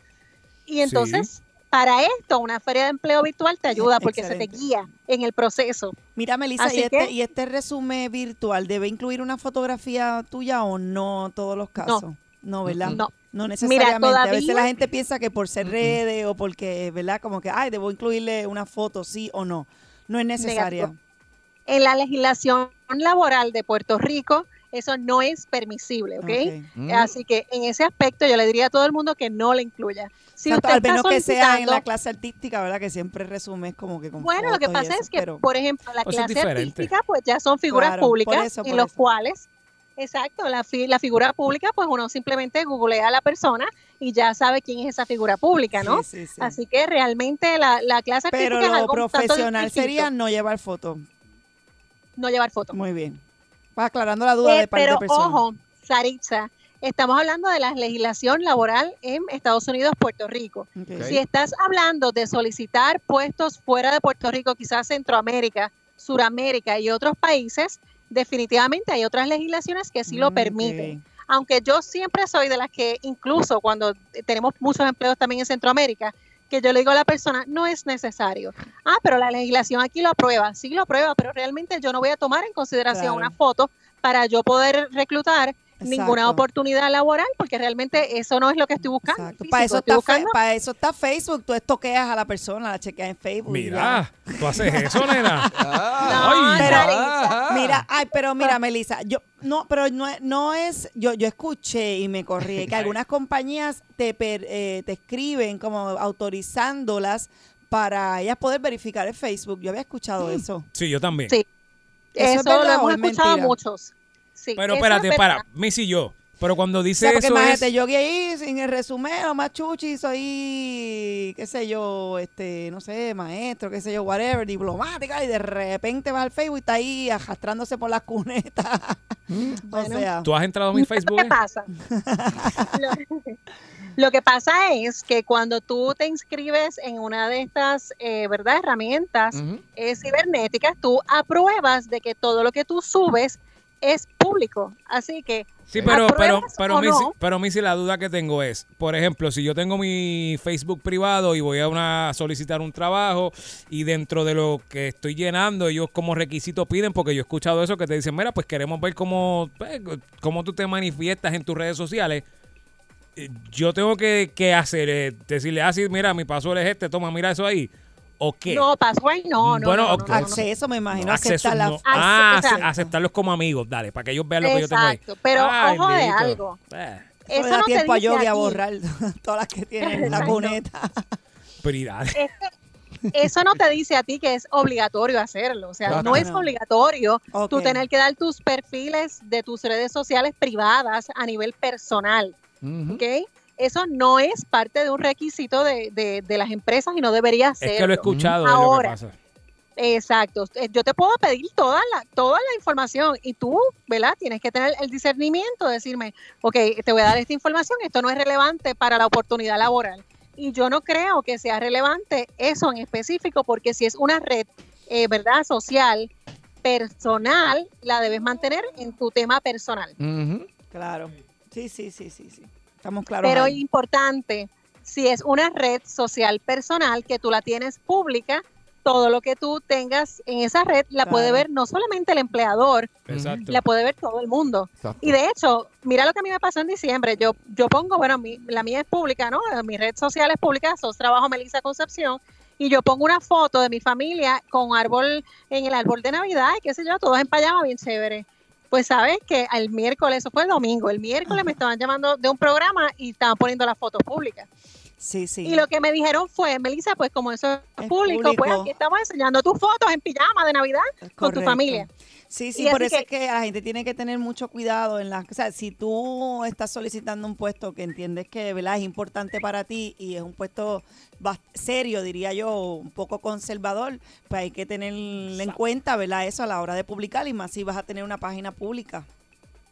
S10: Y entonces, para esto, una feria de empleo virtual te ayuda porque se te guía en el proceso.
S2: Mira, Melissa,
S10: Así
S2: y este,
S10: que-
S2: y este resumen virtual, ¿debe incluir una fotografía tuya o no en todos los casos? No, ¿verdad?
S10: No.
S2: No
S10: Mira,
S2: necesariamente. A veces
S10: todavía-
S2: la gente piensa que por ser redes o porque, ¿verdad? Como que, ay, debo incluirle una foto, sí o no. No es necesaria.
S10: Negativo. En la legislación laboral de Puerto Rico, eso no es permisible, ¿ok?
S2: Ok.
S10: Mm. Así que en ese aspecto yo le diría a todo el mundo que no la incluya. Si
S2: Exacto,
S10: usted
S2: al menos
S10: está
S2: que sea en
S10: solicitando-
S2: la clase artística, ¿verdad? Que siempre resumes como que con
S10: Bueno, lo que
S2: fotos y
S10: pasa
S2: eso,
S10: es que,
S2: pero-
S10: por ejemplo, la
S2: Pues eso es
S10: clase
S2: diferente.
S10: artística, pues ya son figuras
S2: Claro, por
S10: públicas
S2: eso, por
S10: en los
S2: eso.
S10: cuales, exacto, la, fi- la figura pública, pues uno simplemente googlea a la persona y ya sabe quién es esa figura pública, ¿no?
S2: Sí, sí, sí.
S10: Así que realmente la, la clase artística
S2: Pero
S10: es
S2: lo
S10: algo un tanto
S2: profesional
S10: distinto,
S2: sería no llevar foto.
S10: no llevar fotos.
S2: Muy bien. Vas aclarando la duda
S10: Eh,
S2: de parte
S10: pero
S2: de personas.
S10: ojo, Saritza, Estamos hablando de la legislación laboral en Estados Unidos, Puerto Rico. Si estás hablando de solicitar puestos fuera de Puerto Rico, quizás Centroamérica, Suramérica y otros países, definitivamente hay otras legislaciones que sí lo permiten. Aunque yo siempre soy de las que, incluso cuando tenemos muchos empleos también en Centroamérica, que yo le digo a la persona, no es necesario. Ah, pero la legislación aquí lo aprueba, sí lo aprueba, pero realmente yo no voy a tomar en consideración
S11: Claro.
S10: una foto para yo poder reclutar ninguna
S2: Exacto.
S10: oportunidad laboral, porque realmente eso no es lo que estoy buscando. físico,
S2: Para eso,
S10: estoy
S2: está
S10: buscando
S2: fe- para eso está Facebook. Tú estoqueas a la persona, la chequeas en Facebook. y
S4: Mira,
S2: ya.
S4: tú haces eso, nena.
S9: Ah.
S4: Ay, Ah.
S2: Pero, mira, ay, pero mira, Melissa, yo no, pero no, es- no es, yo, yo escuché y me corrí que algunas compañías te per- eh, te escriben como autorizándolas para ellas poder verificar el Facebook. Yo había escuchado
S4: Mm.
S2: eso.
S4: Sí, yo también.
S10: Sí.
S2: ¿Eso es
S10: Eso, lo
S2: verdad o
S10: hemos
S2: es
S10: escuchado
S2: mentira?
S10: muchos. Sí,
S4: Pero
S10: eso
S4: espérate,
S10: es
S4: para,
S10: verdad.
S4: Missy y yo. Pero cuando
S2: O
S4: dice
S2: sea, porque
S4: eso es...
S2: imagínate, yo que ahí sin el resumero, más chuchi, soy, qué sé yo, este, no sé, maestro, qué sé yo, whatever, diplomática, y de repente vas al Facebook y está ahí arrastrándose por las cunetas. o sea.
S4: ¿Tú has entrado a mi Facebook?
S10: ¿Qué pasa? lo, lo que pasa es que cuando tú te inscribes en una de estas eh, ¿verdad? herramientas eh, cibernéticas, tú apruebas de que todo lo que tú subes es público. Así que...
S4: Sí, pero, pero,
S10: ¿apruebas
S4: pero,
S10: o
S4: Missy,
S10: no?
S4: pero Missy, la duda que tengo es, por ejemplo, si yo tengo mi Facebook privado y voy a una a solicitar un trabajo y dentro de lo que estoy llenando, ellos como requisito piden, porque yo he escuchado eso que te dicen, mira, pues queremos ver cómo, pues, cómo tú te manifiestas en tus redes sociales. Eh, Yo tengo que, que hacer, eh, decirle, ah, sí, mira, mi password es este, toma, mira eso ahí. ¿O qué?
S10: No, password no, no.
S4: Bueno,
S10: no, no, no,
S4: ok.
S10: no.
S2: Acceso, me imagino.
S4: Acceso,
S2: aceptar la-
S4: no. Ah,
S10: Exacto.
S4: ace- aceptarlos como amigos, dale, para que ellos vean lo que yo tengo ahí.
S10: Exacto, pero
S4: Ay,
S10: ojo de
S4: bendito.
S10: algo.
S4: Eh.
S2: Eso
S10: Eso
S2: le da
S10: no te
S2: tiempo a
S10: dice
S2: Yogi a
S10: aquí.
S2: borrar todas las que tienen la
S10: Exacto.
S2: cuneta.
S4: Pero y dale.
S10: eso no te dice a ti que es obligatorio hacerlo. O sea,
S4: Claro.
S10: no es obligatorio tú
S2: Ok.
S10: tener que dar tus perfiles de tus redes sociales privadas a nivel personal. ¿Ok? Eso no es parte de un requisito de, de- de las empresas y no debería ser.
S4: Es que lo he escuchado, es lo que
S10: Ahora,
S4: pasa.
S10: Exacto. Eh, Yo te puedo pedir toda la, toda la información y tú, ¿verdad? Tienes que tener el discernimiento, de decirme, ok, te voy a dar esta información, esto no es relevante para la oportunidad laboral. Y yo no creo que sea relevante eso en específico, porque si es una red, eh, ¿verdad? Social, personal, la debes mantener en tu tema personal.
S2: Claro. Sí, sí, sí, sí, sí. Estamos claros.
S10: Pero
S2: ahí.
S10: importante, si es una red social personal que tú la tienes pública, todo lo que tú tengas en esa red la puede
S4: Claro.
S10: ver no solamente el empleador,
S4: Exacto.
S10: la puede ver todo el mundo.
S4: Exacto.
S10: Y de hecho, mira lo que a mí me pasó en diciembre. Yo yo pongo, bueno, mi- la mía es pública, ¿no? Mi red social es pública, sos trabajo Melissa Concepción. Y yo pongo una foto de mi familia con árbol en el árbol de Navidad y qué sé yo, todos en pijama, bien chévere. Pues sabes que el miércoles, eso fue el domingo, el miércoles me estaban llamando de un programa y estaban poniendo las fotos públicas.
S2: Sí, sí.
S10: Y lo que me dijeron fue, Melissa, pues como eso es, público, pues
S2: público.
S10: aquí estamos enseñando tus fotos en pijama de Navidad con tu
S2: Correcto.
S10: familia.
S2: Sí, sí,
S10: Y
S2: por
S10: así
S2: eso
S10: que-
S2: es que la gente tiene que tener mucho cuidado en las, o sea, si tú estás solicitando un puesto que entiendes que, ¿verdad? es importante para ti y es un puesto bas- serio, diría yo, un poco conservador, pues hay que tener en cuenta, ¿verdad? Eso a la hora de publicar y más si vas a tener una página pública.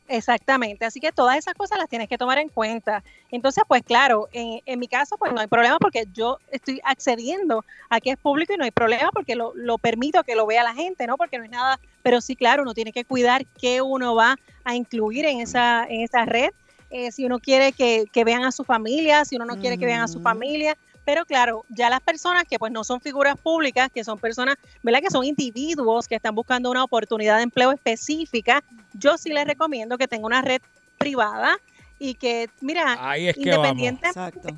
S10: Exactamente, así que todas esas cosas las tienes que tomar en cuenta. Entonces, pues claro, en, en mi caso, pues no hay problema porque yo estoy accediendo a que es público y no hay problema porque lo, lo permito que lo vea la gente, ¿no? Porque no es nada, pero sí, claro, uno tiene que cuidar qué uno va a incluir en esa, en esa red, eh, si uno quiere que, que vean a su familia, si uno no quiere que vean a
S4: Mm.
S10: su familia. Pero claro, ya las personas que pues no son figuras públicas, que son personas, ¿verdad? Que son individuos que están buscando una oportunidad de empleo específica, yo sí les recomiendo que tenga una red privada y que, mira,
S4: Ahí es que vamos.
S10: independiente,
S2: Exacto.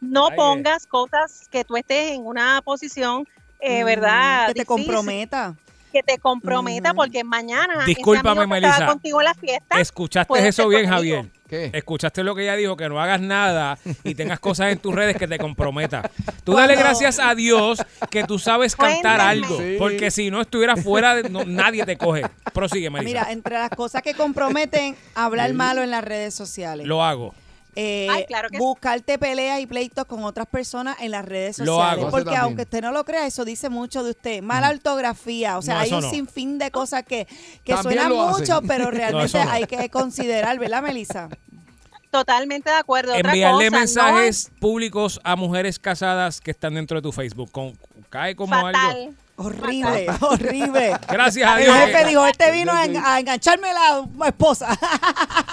S10: no
S4: Ahí es.
S10: pongas cosas que tú estés en una posición, eh, ¿verdad?
S2: Mm, Que te
S10: difícil,
S2: comprometa.
S10: Que te comprometa porque mañana... ese
S4: Discúlpame,
S10: amigo que estaba
S4: Melissa.
S10: contigo en la fiesta...
S4: Escuchaste
S10: puede
S4: eso
S10: ser
S4: bien,
S10: conmigo.
S4: Javier. Escuchaste lo que ella dijo, que no hagas nada y tengas cosas en tus redes que te comprometan. Tú dale
S1: Cuando-
S4: gracias a Dios que tú sabes cantar
S2: Cuéntame.
S4: algo,
S2: Sí.
S4: porque si no estuvieras fuera, de- no- nadie te coge. Prosigue, Marisa.
S2: Mira, entre las cosas que comprometen, hablar malo en las redes sociales.
S4: Lo hago.
S2: eh, buscarte peleas y pleitos con otras personas en las redes
S4: Lo
S2: sociales.
S4: hago. Eso
S2: Porque
S4: también.
S2: aunque usted no lo crea, eso dice mucho de usted. Mala ortografía, o sea,
S4: No,
S2: hay
S4: eso
S2: un
S4: no.
S2: sinfín de cosas que, que
S4: También
S2: suenan
S4: lo hacen.
S2: mucho, pero
S4: No,
S2: realmente
S4: eso no.
S2: hay que considerar, ¿verdad, Melissa?
S10: Totalmente de acuerdo. Otra
S4: Eh, Enviarle
S10: cosa,
S4: mensajes públicos a mujeres casadas que están dentro de tu Facebook. Con, cae como algo.
S10: Fatal.
S2: Horrible, horrible.
S4: Gracias a
S2: El
S4: Dios.
S2: jefe dijo, este vino a, en- a engancharme la esposa.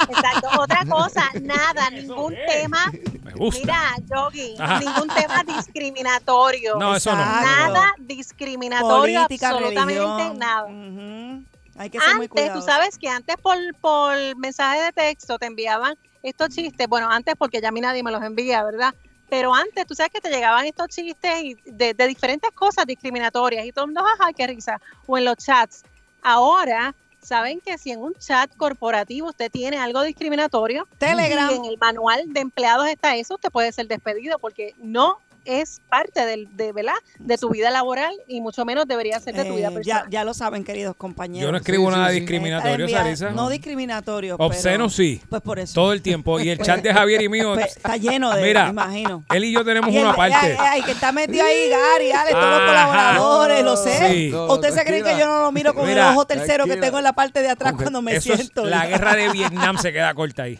S10: Exacto. Otra cosa, nada, ningún tema.
S4: Me gusta.
S10: Mira, Yogi,
S4: Ajá.
S10: ningún tema discriminatorio.
S4: No, eso no.
S2: Exacto.
S10: Nada discriminatorio,
S2: Política,
S10: absolutamente
S2: religión.
S10: nada.
S2: Ujú. Hay que ser muy
S10: Antes, tú
S2: cuidadoso.
S10: sabes que antes por, por mensaje de texto te enviaban estos chistes, bueno, antes porque ya a mí nadie me los envía, ¿verdad? Pero antes, tú sabes que te llegaban estos chistes y de, de diferentes cosas discriminatorias y todo el mundo, ajá, qué risa, o en los chats. Ahora, saben que si en un chat corporativo usted tiene algo discriminatorio,
S2: Telegram.
S10: y en el manual de empleados está eso, usted puede ser despedido porque no es parte del, de, ¿verdad? de tu vida laboral y mucho menos debería ser de tu vida
S2: Eh, ya,
S10: personal.
S2: ya lo saben, queridos compañeros.
S4: Yo no escribo
S3: Sí, sí,
S4: nada
S3: sí.
S4: discriminatorio,
S2: Envía-
S4: Sarisa.
S2: No discriminatorio. pero-
S4: Obsceno sí.
S2: Pues por eso.
S4: Todo el tiempo. Y el chat de Javier y mío.
S2: Pues está lleno de,
S4: Mira,
S2: me imagino.
S4: Él y yo tenemos
S2: Y el-
S4: una parte.
S2: ay, ay, que está metido ahí, Gary, Ale, todos los
S4: Ajá.
S2: colaboradores, lo sé.
S4: Sí.
S2: ¿O ¿Ustedes se creen que yo no lo miro con
S4: Mira,
S2: el ojo tercero que
S8: tranquila.
S2: tengo en la parte de atrás
S8: Con-
S2: cuando me
S4: Eso es-
S2: siento?
S4: la guerra de Vietnam se queda corta ahí.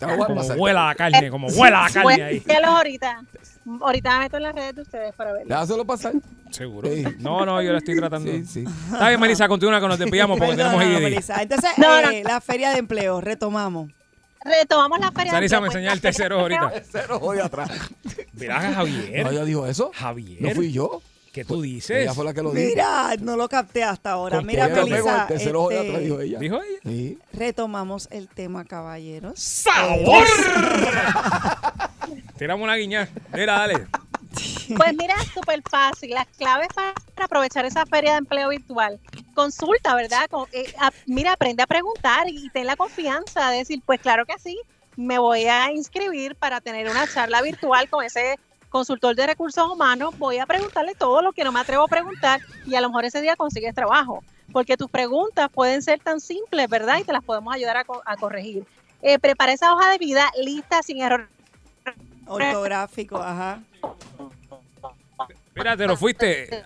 S4: Como
S8: Abuela.
S4: huela la carne, como huela la carne ahí.
S10: Cuéntelos ahorita. Ahorita me meto en las redes de ustedes para verlo.
S8: Dáselo pasar.
S4: Seguro.
S8: Sí.
S4: No, no, yo la estoy tratando.
S8: Sí, sí.
S4: Está bien, Marisa, continúa que nos desviamos porque
S2: Perdón,
S4: tenemos
S2: no,
S4: IDD.
S2: Melissa. Entonces,
S10: No, no.
S2: eh, la feria de empleo, retomamos.
S10: Retomamos la feria. de
S4: Sarisa me
S10: empleo. pues.
S4: enseña el tercero ahorita.
S8: Cero jode atrás.
S4: Mirá a
S8: No,
S4: Javier.
S8: ella dijo eso.
S4: Javier.
S8: No fui yo. Pues,
S4: ¿Qué tú dices?
S8: Ella fue la que lo dijo. Pues,
S2: Mira, no lo capté hasta ahora.
S4: Con
S2: Mira,
S4: todo el
S8: Pegó
S2: Melissa,
S8: el tercer ojo de
S2: este,
S8: atrás, dijo ella.
S4: Dijo ella.
S8: Sí.
S2: retomamos el tema, caballeros. Eh,
S4: ¡Sabor! Tiramos una guiña. Mira, dale.
S10: Pues mira, súper fácil. Las claves para aprovechar esa feria de empleo virtual. Consulta, ¿verdad? Con- eh, a- mira, aprende a preguntar y ten la confianza de decir, pues claro que sí, me voy a inscribir para tener una charla virtual con ese consultor de recursos humanos. Voy a preguntarle todo lo que no me atrevo a preguntar y a lo mejor ese día consigues trabajo. Porque tus preguntas pueden ser tan simples, ¿verdad? Y te las podemos ayudar a, co- a corregir. Eh, prepara esa hoja de vida lista, sin error
S2: Ortográfico, ajá.
S4: Mira, te lo fuiste.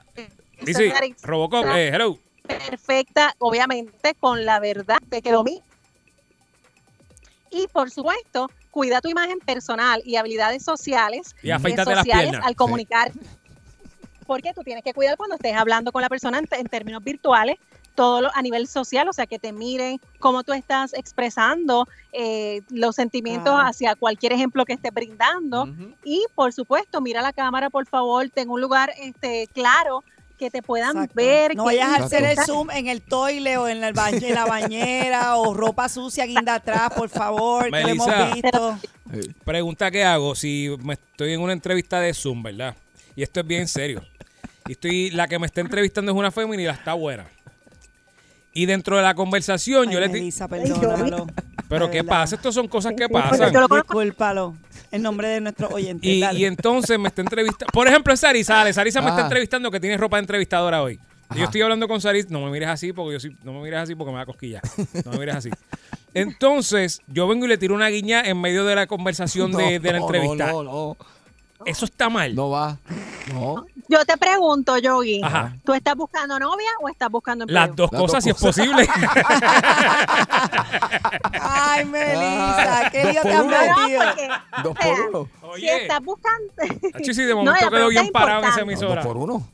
S4: Dice, Robocop, eh, hello.
S10: perfecta, obviamente, con la verdad te quedó mí. Y por supuesto, cuida tu imagen personal y habilidades sociales,
S4: Y afeítate
S10: eh,
S4: las
S10: sociales
S4: piernas.
S10: al comunicar. Porque tú tienes que cuidar cuando estés hablando con la persona en, en términos virtuales, todo lo- a nivel social, o sea, que te miren cómo tú estás expresando eh, los sentimientos
S2: Claro.
S10: hacia cualquier ejemplo que estés brindando.
S8: Ujú.
S10: Y por supuesto, mira la cámara, por favor, ten un lugar este claro que te puedan
S2: Exacto.
S10: ver.
S2: no
S10: que-
S2: vayas a hacer el
S10: Exacto.
S2: zoom en el toile o en, el ba- en la bañera o ropa sucia guinda atrás, por favor, que lo hemos
S4: Melissa.
S2: visto.
S4: Pregunta que hago si me estoy en una entrevista de Zoom, ¿verdad? Y esto es bien serio. Y estoy, la que me está entrevistando es una fémina y la está buena. Y dentro de la conversación yo
S2: Ay,
S4: le di-
S2: Melissa, perdónalo.
S4: Pero
S2: de
S4: ¿qué
S2: verdad.
S4: pasa? Estas son cosas que
S10: Pero
S4: pasan.
S10: Pues yo lo conozco.
S2: Discúlpalo. En nombre de nuestro oyente.
S8: Eh,
S4: Y,
S2: dale.
S4: y entonces me está entrevistando. Por ejemplo, es Sarisa. Dale, Sarisa me está
S8: Ah.
S4: entrevistando que tiene ropa de entrevistadora hoy. Y Yo
S8: Ajá.
S4: estoy hablando con Sarisa. No me mires así porque yo sí- no me mires así porque me da cosquilla. No me mires así. Entonces, yo vengo y le tiro una guiña en medio de la conversación de, de
S8: No,
S4: la
S8: no,
S4: entrevista.
S8: No, no,
S4: Eso está mal.
S8: no va. No.
S10: Yo te pregunto, Yogi,
S4: Ajá.
S10: ¿tú estás buscando novia o estás buscando empleo?
S4: Las dos
S8: Las dos
S4: cosas, si es posible.
S2: Ay,
S4: Ah,
S2: Melissa, qué
S8: Dos
S2: lío te
S8: por
S2: han
S8: uno.
S10: No, no,
S2: metido.
S10: porque,
S8: Dos
S10: o sea,
S8: por uno.
S10: si estás buscando...
S4: Achi, si Ah, de
S10: No, la
S4: momento quedó
S10: pregunta
S4: bien
S10: es
S4: parado en
S10: importante.
S4: esa
S8: No, dos
S4: emisora.
S8: por uno.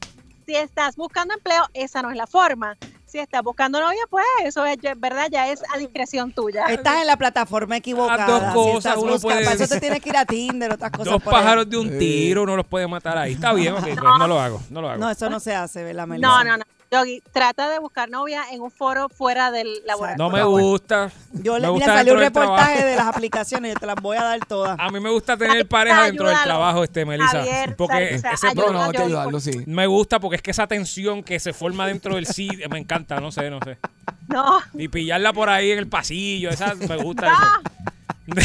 S10: Si estás buscando empleo, esa no es la forma. Si estás buscando novia, pues eso es ya- verdad, ya es a discreción tuya.
S2: Estás en la plataforma equivocada.
S4: Las dos
S2: si
S4: cosas,
S2: estás
S4: uno
S2: buscando-
S4: puede-
S2: Para eso te tienes que ir a Tinder, otras cosas.
S4: Dos
S2: por ahí.
S4: pájaros de un tiro, no los puede matar ahí. Está bien, ok, pues, no lo hago, no lo hago.
S2: No, eso no se hace, ¿verdad, Melissa?
S10: No, no, no. Yogi, trata de buscar novia en un foro fuera del laboratorio.
S4: No me
S8: pues.
S4: gusta.
S2: Yo le
S4: me
S2: mira,
S4: gusta
S2: salió
S4: dentro
S2: un
S4: del
S2: reportaje
S4: trabajo. Ah,
S2: de las aplicaciones, yo te las voy a dar todas.
S4: A mí me gusta tener pareja dentro del
S10: Ayúdalo.
S4: trabajo, este, Melissa.
S10: Javier,
S4: porque
S10: Sarisa,
S4: ese
S8: No,
S10: ayúdalo.
S4: pro-
S8: no, hay que
S10: yo-
S8: ayudarlo, sí.
S4: me gusta porque es que esa tensión que se forma dentro del sí me encanta, no sé, no sé.
S10: No.
S4: Y pillarla por ahí en el pasillo, esa me gusta
S10: Ah.
S4: eso.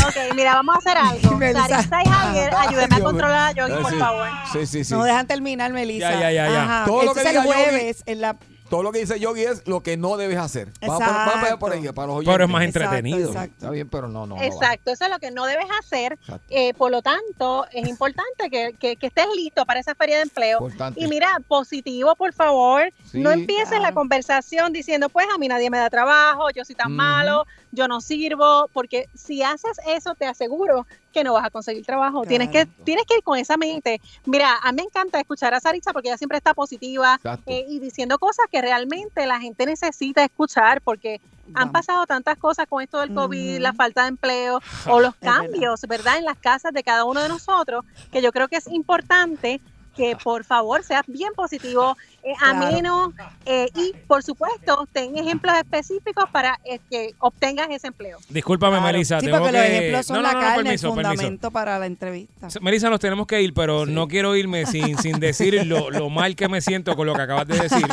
S10: Ok, mira, vamos a hacer algo.
S2: Melissa.
S10: Sarisa y
S2: Ah,
S10: Javier, ayúdenme a
S8: Dios mío.
S10: controlar a Yogi,
S8: Ah,
S10: por
S8: sí.
S10: favor.
S8: Sí, sí, sí.
S2: No dejan terminar, Melissa.
S4: Ya, ya, ya, ya.
S2: Ajá.
S8: Todo lo
S2: Este
S8: que
S2: es el
S8: diga Yogi-
S4: Ah,
S2: jueves en la
S3: todo lo que dice Yogi es lo que no debes hacer. Vamos por, vamos a por ahí, para los
S4: Pero es más
S3: oyentes.
S4: entretenido.
S3: Está bien, pero no, no. no va.
S10: Exacto, eso es lo que no debes hacer. Eh, por lo tanto, es importante que, que- que estés listo para esa feria de empleo.
S8: Importante.
S10: Y mira, positivo, por favor.
S8: Sí,
S10: no empieces
S8: claro.
S10: la conversación diciendo, pues a mí nadie me da trabajo, yo soy tan
S8: Ujú.
S10: malo, yo no sirvo, porque si haces eso, te aseguro que no vas a conseguir trabajo. Tienes que tienes que ir con esa mente. Mira, a mí me encanta escuchar a Saritza porque ella siempre está positiva
S8: Exacto.
S10: eh, y diciendo cosas que realmente la gente necesita escuchar porque han pasado tantas cosas con esto del COVID, la falta de empleo o los cambios, ¿verdad? En las casas de cada uno de nosotros, que yo creo que es importante que por favor seas bien positivo, eh,
S2: Claro.
S10: ameno eh, y por supuesto ten ejemplos específicos para eh, que obtengas ese empleo.
S4: Discúlpame,
S2: Claro.
S4: Melissa.
S2: Sí,
S4: tengo
S2: porque
S4: que...
S2: los ejemplos son
S4: no, no,
S2: la
S4: no,
S2: carne,
S4: permiso,
S2: el
S4: permiso.
S2: fundamento para la entrevista.
S4: Melissa, nos tenemos que ir, pero no quiero irme sin, sin decir lo, lo mal que me siento con lo que acabas de decir.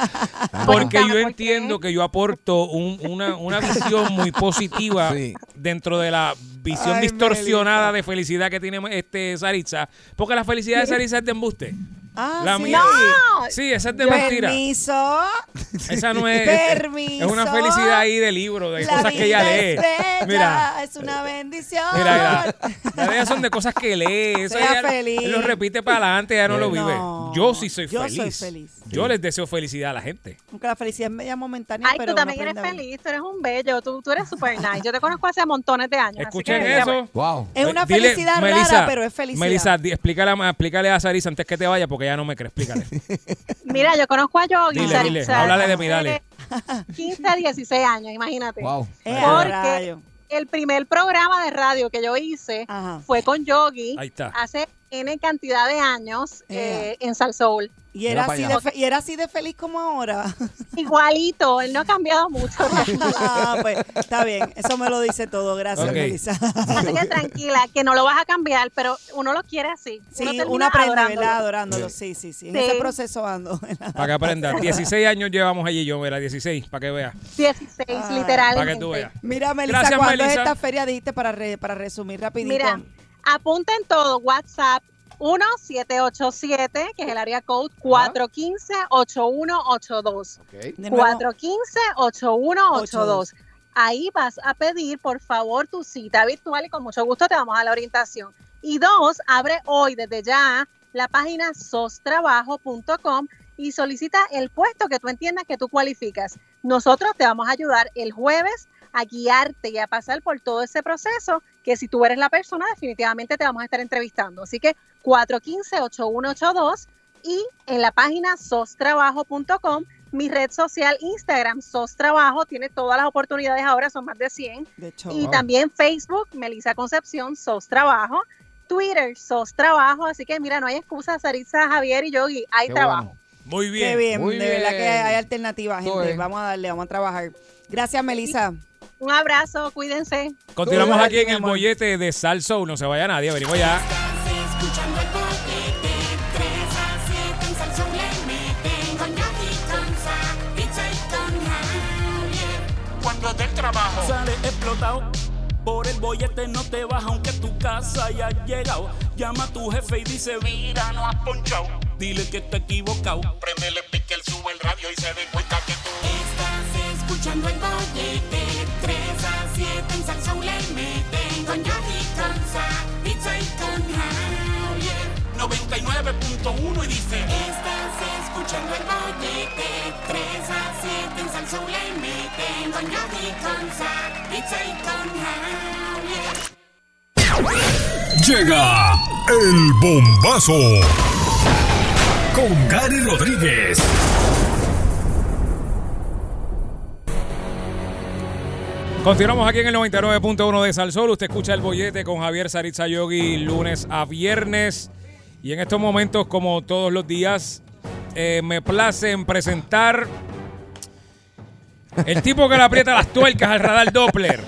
S4: Porque yo entiendo que yo aporto un- una, una visión muy positiva
S3: Sí.
S4: dentro de la visión
S3: Ay,
S4: distorsionada de felicidad que tiene este Saritza. Porque la felicidad de Saritza es de embuste.
S2: Ah,
S4: La
S2: sí.
S4: mía- Sí, esa es de mentira.
S2: Permiso.
S4: Esa no es.
S2: Permiso.
S4: Es una felicidad ahí de libro, de
S2: La
S4: cosas que ella
S2: vida
S4: lee.
S2: Es bella,
S4: Mira.
S2: es una bendición.
S4: Mira, mira. Las de ella son de cosas que lee. Eso
S2: Sea
S4: ella lo-
S2: feliz.
S4: lo repite para adelante, ya no lo vive.
S2: No,
S4: yo sí soy
S2: yo soy
S4: feliz.
S2: feliz.
S4: Yo les deseo felicidad a la gente.
S2: Aunque la felicidad es media momentánea,
S10: Ay,
S2: pero
S10: tú
S2: uno
S10: también eres
S2: aprende a vivir.
S10: feliz, tú eres un bello, tú, tú eres super nice. Yo te conozco hace montones de años. así que
S4: Escuchen
S10: mira,
S4: eso.
S8: Wow.
S2: Es una
S4: Dile,
S2: felicidad
S4: Melissa,
S2: rara, pero es felicidad.
S4: Melissa, di- explícale, a- explícale a Sarisa antes que te vaya porque ella no me cree. Explícale.
S10: Mira, yo conozco a Yogi.
S4: Dile,
S10: Saritza,
S4: dile, háblale de
S10: hace
S4: mí, dale.
S10: 15, 16 años, imagínate.
S8: Wow.
S2: Eh, a
S10: Porque
S2: rayo.
S10: el primer programa de radio que yo hice
S2: Ajá.
S10: fue con Yogi
S4: Ahí está.
S10: hace N cantidad de años eh,
S2: Eh.
S10: en Salsoul.
S2: Y era,
S8: pa'
S2: así
S8: allá.
S2: de fe- y era así de feliz como ahora.
S10: Igualito, él no ha cambiado mucho.
S2: ah, pues está bien. Eso me lo dice todo. Gracias,
S4: Ok.
S2: Melissa.
S10: Así que tranquila, que no lo vas a cambiar, pero uno lo quiere así.
S2: Sí,
S10: uno termina
S2: uno aprende,
S10: adorándolo.
S2: ¿verdad? Adorándolo. Sí, sí, sí. En
S10: Sí.
S2: ese proceso ando.
S4: Para que aprendan. 16 años llevamos allí yo, mira, 16, para que veas.
S10: 16, literalmente.
S4: Para que tú veas.
S2: Mira, Melissa,
S4: Gracias,
S2: ¿cuándo
S4: Melissa.
S2: es esta feria? Dijiste E para, re- para resumir rapidito.
S10: Mira, apunten todo, WhatsApp 1787, que es el área code 415-8182.
S2: De nuevo.
S10: 415-8182. Ahí vas a pedir, por favor, tu cita virtual y con mucho gusto te vamos a la orientación. Y dos, abre hoy desde ya la página sostrabajo.com y solicita el puesto que tú entiendas que tú cualificas. Nosotros te vamos a ayudar el jueves a guiarte y a pasar por todo ese proceso que si tú eres la persona definitivamente te vamos a estar entrevistando. Así que 415-8182 y en la página sostrabajo.com, mi red social Instagram, sostrabajo, tiene todas las oportunidades ahora, son más de 100.
S2: De hecho,
S10: Y también Facebook, Melisa Concepción, SOS Trabajo. Twitter, SOS Trabajo. Así que mira, no hay excusa, Sarisa, Javier y Yogi, hay
S8: Qué
S10: trabajo.
S8: bueno.
S4: Muy
S2: qué
S4: bien.
S2: bien.
S8: Muy
S2: de verdad que
S8: bien.
S2: hay alternativas,
S8: Todo
S2: gente.
S8: es.
S2: Vamos a darle, vamos a trabajar. Gracias, Melissa.
S10: Un abrazo, cuídense.
S4: Continuamos
S2: Tú,
S4: aquí en
S2: mi
S4: el
S2: amor.
S4: bollete de Sal Soul. No se vaya nadie, venimos ya.
S9: Estás escuchando el boquete 3 a 7 en Salsón le meten con Yogi, con Sa, Pizza y con Javier.
S1: Cuando del trabajo sale explotado. Por el bollete no te vas aunque tu casa haya llegado. Llama a tu jefe y dice, mira, no has ponchado. Dile que está equivocado. Prendele pique, el sube el radio y se dé cuenta que tú...
S9: Estás escuchando el boquete 3 a 7 en Salsón le meten con Yogi, con Sa, Pizza y con Javier.
S1: 99.1 y dice...
S9: Estás escuchando el bollete 3 a 7 en Salsón le meten con Yogi, con Sa, Pizza y con Javier.
S12: Llega el bombazo con Gary Rodríguez.
S4: Continuamos aquí en el 99.1 de Sal Soul. Usted escucha el bollete con Javier Saritza Yogi lunes a viernes. Y en estos momentos, como todos los días, eh, me place en presentar el tipo que le aprieta las tuercas al radar Doppler.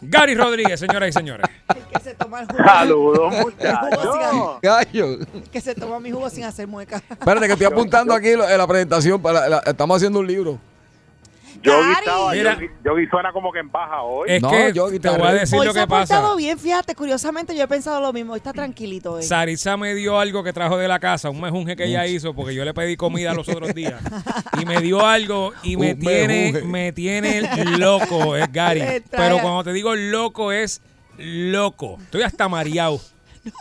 S4: Gary Rodríguez, señoras y señores.
S2: El que se toma el jugo.
S6: Saludos,
S2: El jugo sin-
S6: muchachos.
S3: Gallo.
S2: el Pues que se toma mi jugo sin hacer mueca.
S3: Espérate, que estoy apuntando aquí lo- en la presentación. Para la- la- estamos haciendo un libro.
S11: Yogi estaba,
S4: Mira.
S11: Yogi, Yogi suena como que en baja hoy.
S4: Es que te voy a decir
S2: Hoy
S4: lo
S2: se
S4: que
S2: ha portado
S4: pasa.
S2: bien, fíjate, curiosamente yo he pensado lo mismo, está tranquilito eh. hoy.
S4: Saritza me dio algo que trajo de la casa, un mejunje que ella hizo, porque yo le pedí comida los otros días. Y me dio algo y me
S3: Un
S4: tiene,
S3: mejunje.
S4: me tiene loco, es Gary.
S3: Le trae
S4: Pero
S3: a-
S4: cuando te digo loco es loco. Estoy hasta mareado.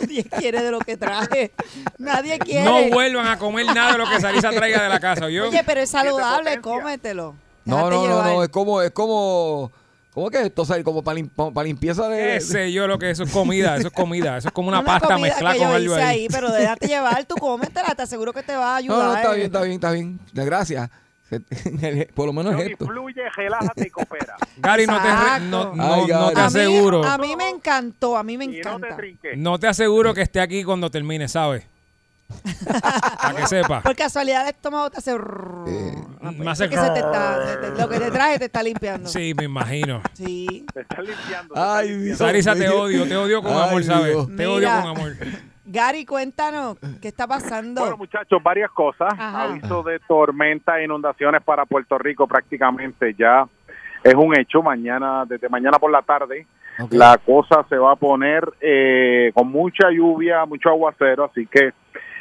S2: Nadie quiere de lo que traje. Nadie quiere.
S4: No vuelvan a comer nada de lo que Sarisa traiga de la casa, ¿yo?
S2: Oye, pero es saludable, cómetelo.
S3: No, no, no, no, es como, es como, ¿cómo que es esto? O sea, como para, lim- para limpieza de...
S4: Qué sé yo lo que eso es comida, eso es comida, eso es como una,
S2: Una
S4: pasta
S2: comida
S4: mezclada
S2: que
S4: con
S2: yo
S4: algo
S2: hice
S4: ahí.
S2: ahí, pero déjate llevar, tú cómetela, te aseguro que te va a ayudar.
S3: No, no, está bien, está bien, está bien. La Gracias. Por lo menos esto.
S11: Fluye, relájate y coopera.
S4: Gary, no te, re-
S2: Exacto.
S4: no, no-
S3: Ay,
S4: no
S3: Gary.
S4: te
S3: A mí-
S4: aseguro,
S2: A mí me encantó, a mí me encanta.
S4: no te aseguro que esté aquí cuando termine, ¿sabes? Para que sepa.
S2: Por casualidad el estómago te hace... rrrr.
S4: Me hace
S2: Es que pues, se te está- se te- lo que te traje te está limpiando.
S4: Sí, me imagino.
S2: Sí.
S11: Te está limpiando.
S3: Ay,
S4: Sarisa, te odio, te odio con amor, ¿sabes? Te odio
S2: Mira.
S4: con amor.
S2: Gary, cuéntanos, ¿qué está pasando?
S11: Bueno, muchachos, varias cosas.
S2: Ajá.
S11: Aviso de tormenta e inundaciones para Puerto Rico prácticamente ya es un hecho. Mañana, desde mañana por la tarde, la cosa se va a poner eh, con mucha lluvia, mucho aguacero, así que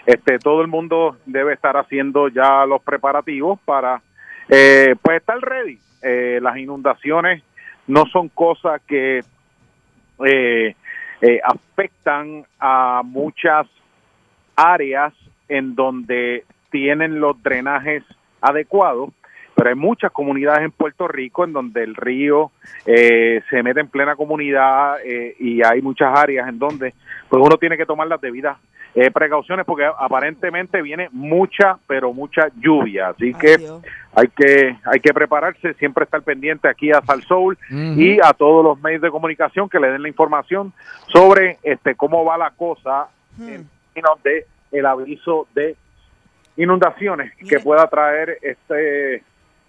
S11: este todo el mundo debe estar haciendo ya los preparativos para eh, pues estar ready. Eh, las inundaciones no son cosas que eh, eh, afectan a muchas áreas en donde tienen los drenajes adecuados, pero hay muchas comunidades en Puerto Rico en donde el río eh, se mete en plena comunidad eh, y hay muchas áreas en donde pues uno tiene que tomar las debidas eh, precauciones porque aparentemente viene mucha, pero mucha lluvia, así que hay que hay que prepararse, siempre estar pendiente aquí a Sal Soul y a todos los medios de comunicación que le den la información sobre este cómo va la cosa en términos de el aviso de inundaciones que pueda traer este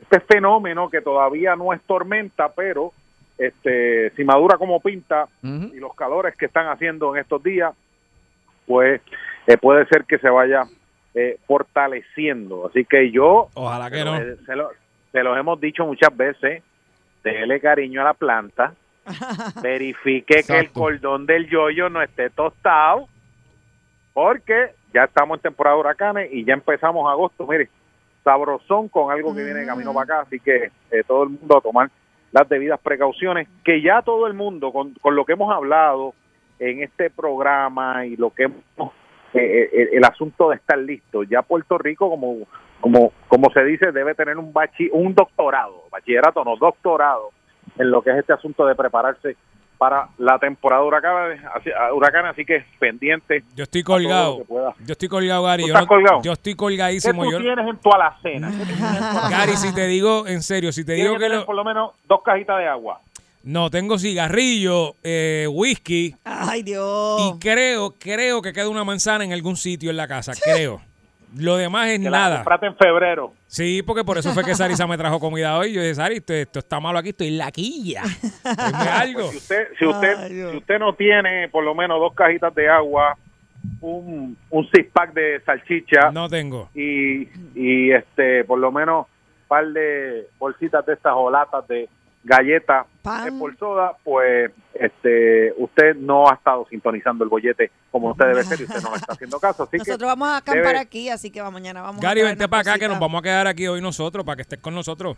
S11: este fenómeno que todavía no es tormenta, pero este si madura como pinta y los calores que están haciendo en estos días, pues eh, puede ser que se vaya eh, fortaleciendo. Así que yo
S4: Ojalá que
S11: se
S4: no.
S11: los- Pues, se, los- se los hemos dicho muchas veces, déle cariño a la planta, verifique que el
S13: Exacto.
S11: cordón del yoyo no esté tostado, porque ya estamos en temporada de huracanes y ya empezamos agosto, mire, sabrosón con algo que viene de camino para acá, así que eh, todo el mundo a tomar las debidas precauciones, que ya todo el mundo, con, con lo que hemos hablado en este programa y lo que hemos, eh, eh, el asunto de estar listo, ya Puerto Rico como como, como se dice, debe tener un bachi, un doctorado, bachillerato no, doctorado en lo que es este asunto de prepararse para la temporada de huracanes, así, a huracanes, así que pendiente.
S4: Yo estoy
S11: todo lo
S4: colgado.
S11: que pueda.
S4: Yo estoy colgado, Gary.
S11: ¿Tú
S4: Yo,
S11: estás
S4: no-
S11: colgado?
S4: yo estoy
S11: ¿Qué
S4: colgadísimo.
S11: tú
S4: Yo-
S11: tienes en tu alacena?
S4: Gary, si te digo, en serio, si te
S11: Tienes
S4: digo
S11: que
S4: Mm. que
S11: tener
S4: lo-
S11: por lo menos dos cajitas de agua.
S4: no tengo cigarrillo, eh, whisky
S2: Ay, Dios.
S4: y creo, creo que queda una manzana en algún sitio en la casa, creo. Lo demás es
S11: Que la
S4: nada.
S11: compraste en febrero.
S4: Sí, porque por eso fue que Sarisa me trajo comida hoy. Yo dije, Sari, esto, esto está malo aquí, estoy laquilla. Dime algo.
S11: Si usted, si
S2: Ah,
S11: usted, si usted no tiene por lo menos dos cajitas de agua, un, un six pack de salchicha.
S4: No tengo.
S11: Y, y, este, por lo menos un par de bolsitas de estas o latas de galletas de por soda, pues este, usted no ha estado sintonizando el bollete como usted debe ser y usted no está haciendo caso. Así que
S2: Nosotros vamos a acampar
S11: debe-
S2: aquí, así que va, mañana vamos
S4: Gary,
S2: a
S4: vente para acá que nos vamos a quedar aquí hoy nosotros, para que estés con nosotros.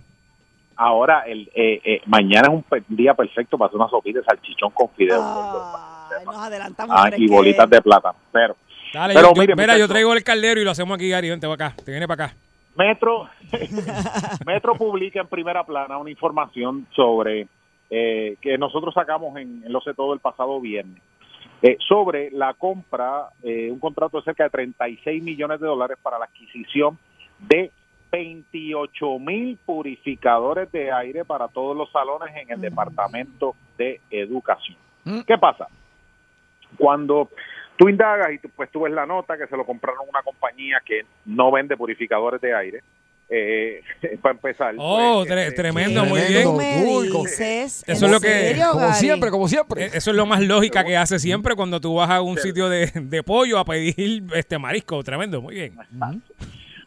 S11: ahora el eh, eh, mañana es un pe- día perfecto para hacer una sopita de salchichón con fideos
S2: nos adelantamos.
S11: Ah,
S2: pero es
S11: y
S2: que-
S11: bolitas de plátano. Pero,
S4: Dale,
S11: pero
S4: yo, yo-
S11: mire,
S4: mira, yo
S11: muchacho,
S4: traigo el caldero y lo hacemos aquí, Gary. Vente para acá. Te viene para acá.
S11: Metro, Metro publica en primera plana una información sobre eh, que nosotros sacamos en, en lo sé todo el pasado viernes eh, sobre la compra, eh, un contrato de cerca de 36 millones de dólares para la adquisición de 28 mil purificadores de aire para todos los salones en el Departamento de Educación. ¿Qué pasa? Cuando tú indagas y tú- pues tú ves la nota que se lo compraron a una compañía que no vende purificadores de aire, eh, para empezar.
S4: Oh,
S11: pues,
S4: tre-
S11: este,
S4: tremendo, muy bien.
S3: Tremendo, duro, co-
S4: Eso es lo que.
S3: como siempre, como siempre.
S4: Eh, Eso es lo más lógica que hace siempre cuando tú vas a un sitio de, de pollo a pedir este marisco. Tremendo, muy bien.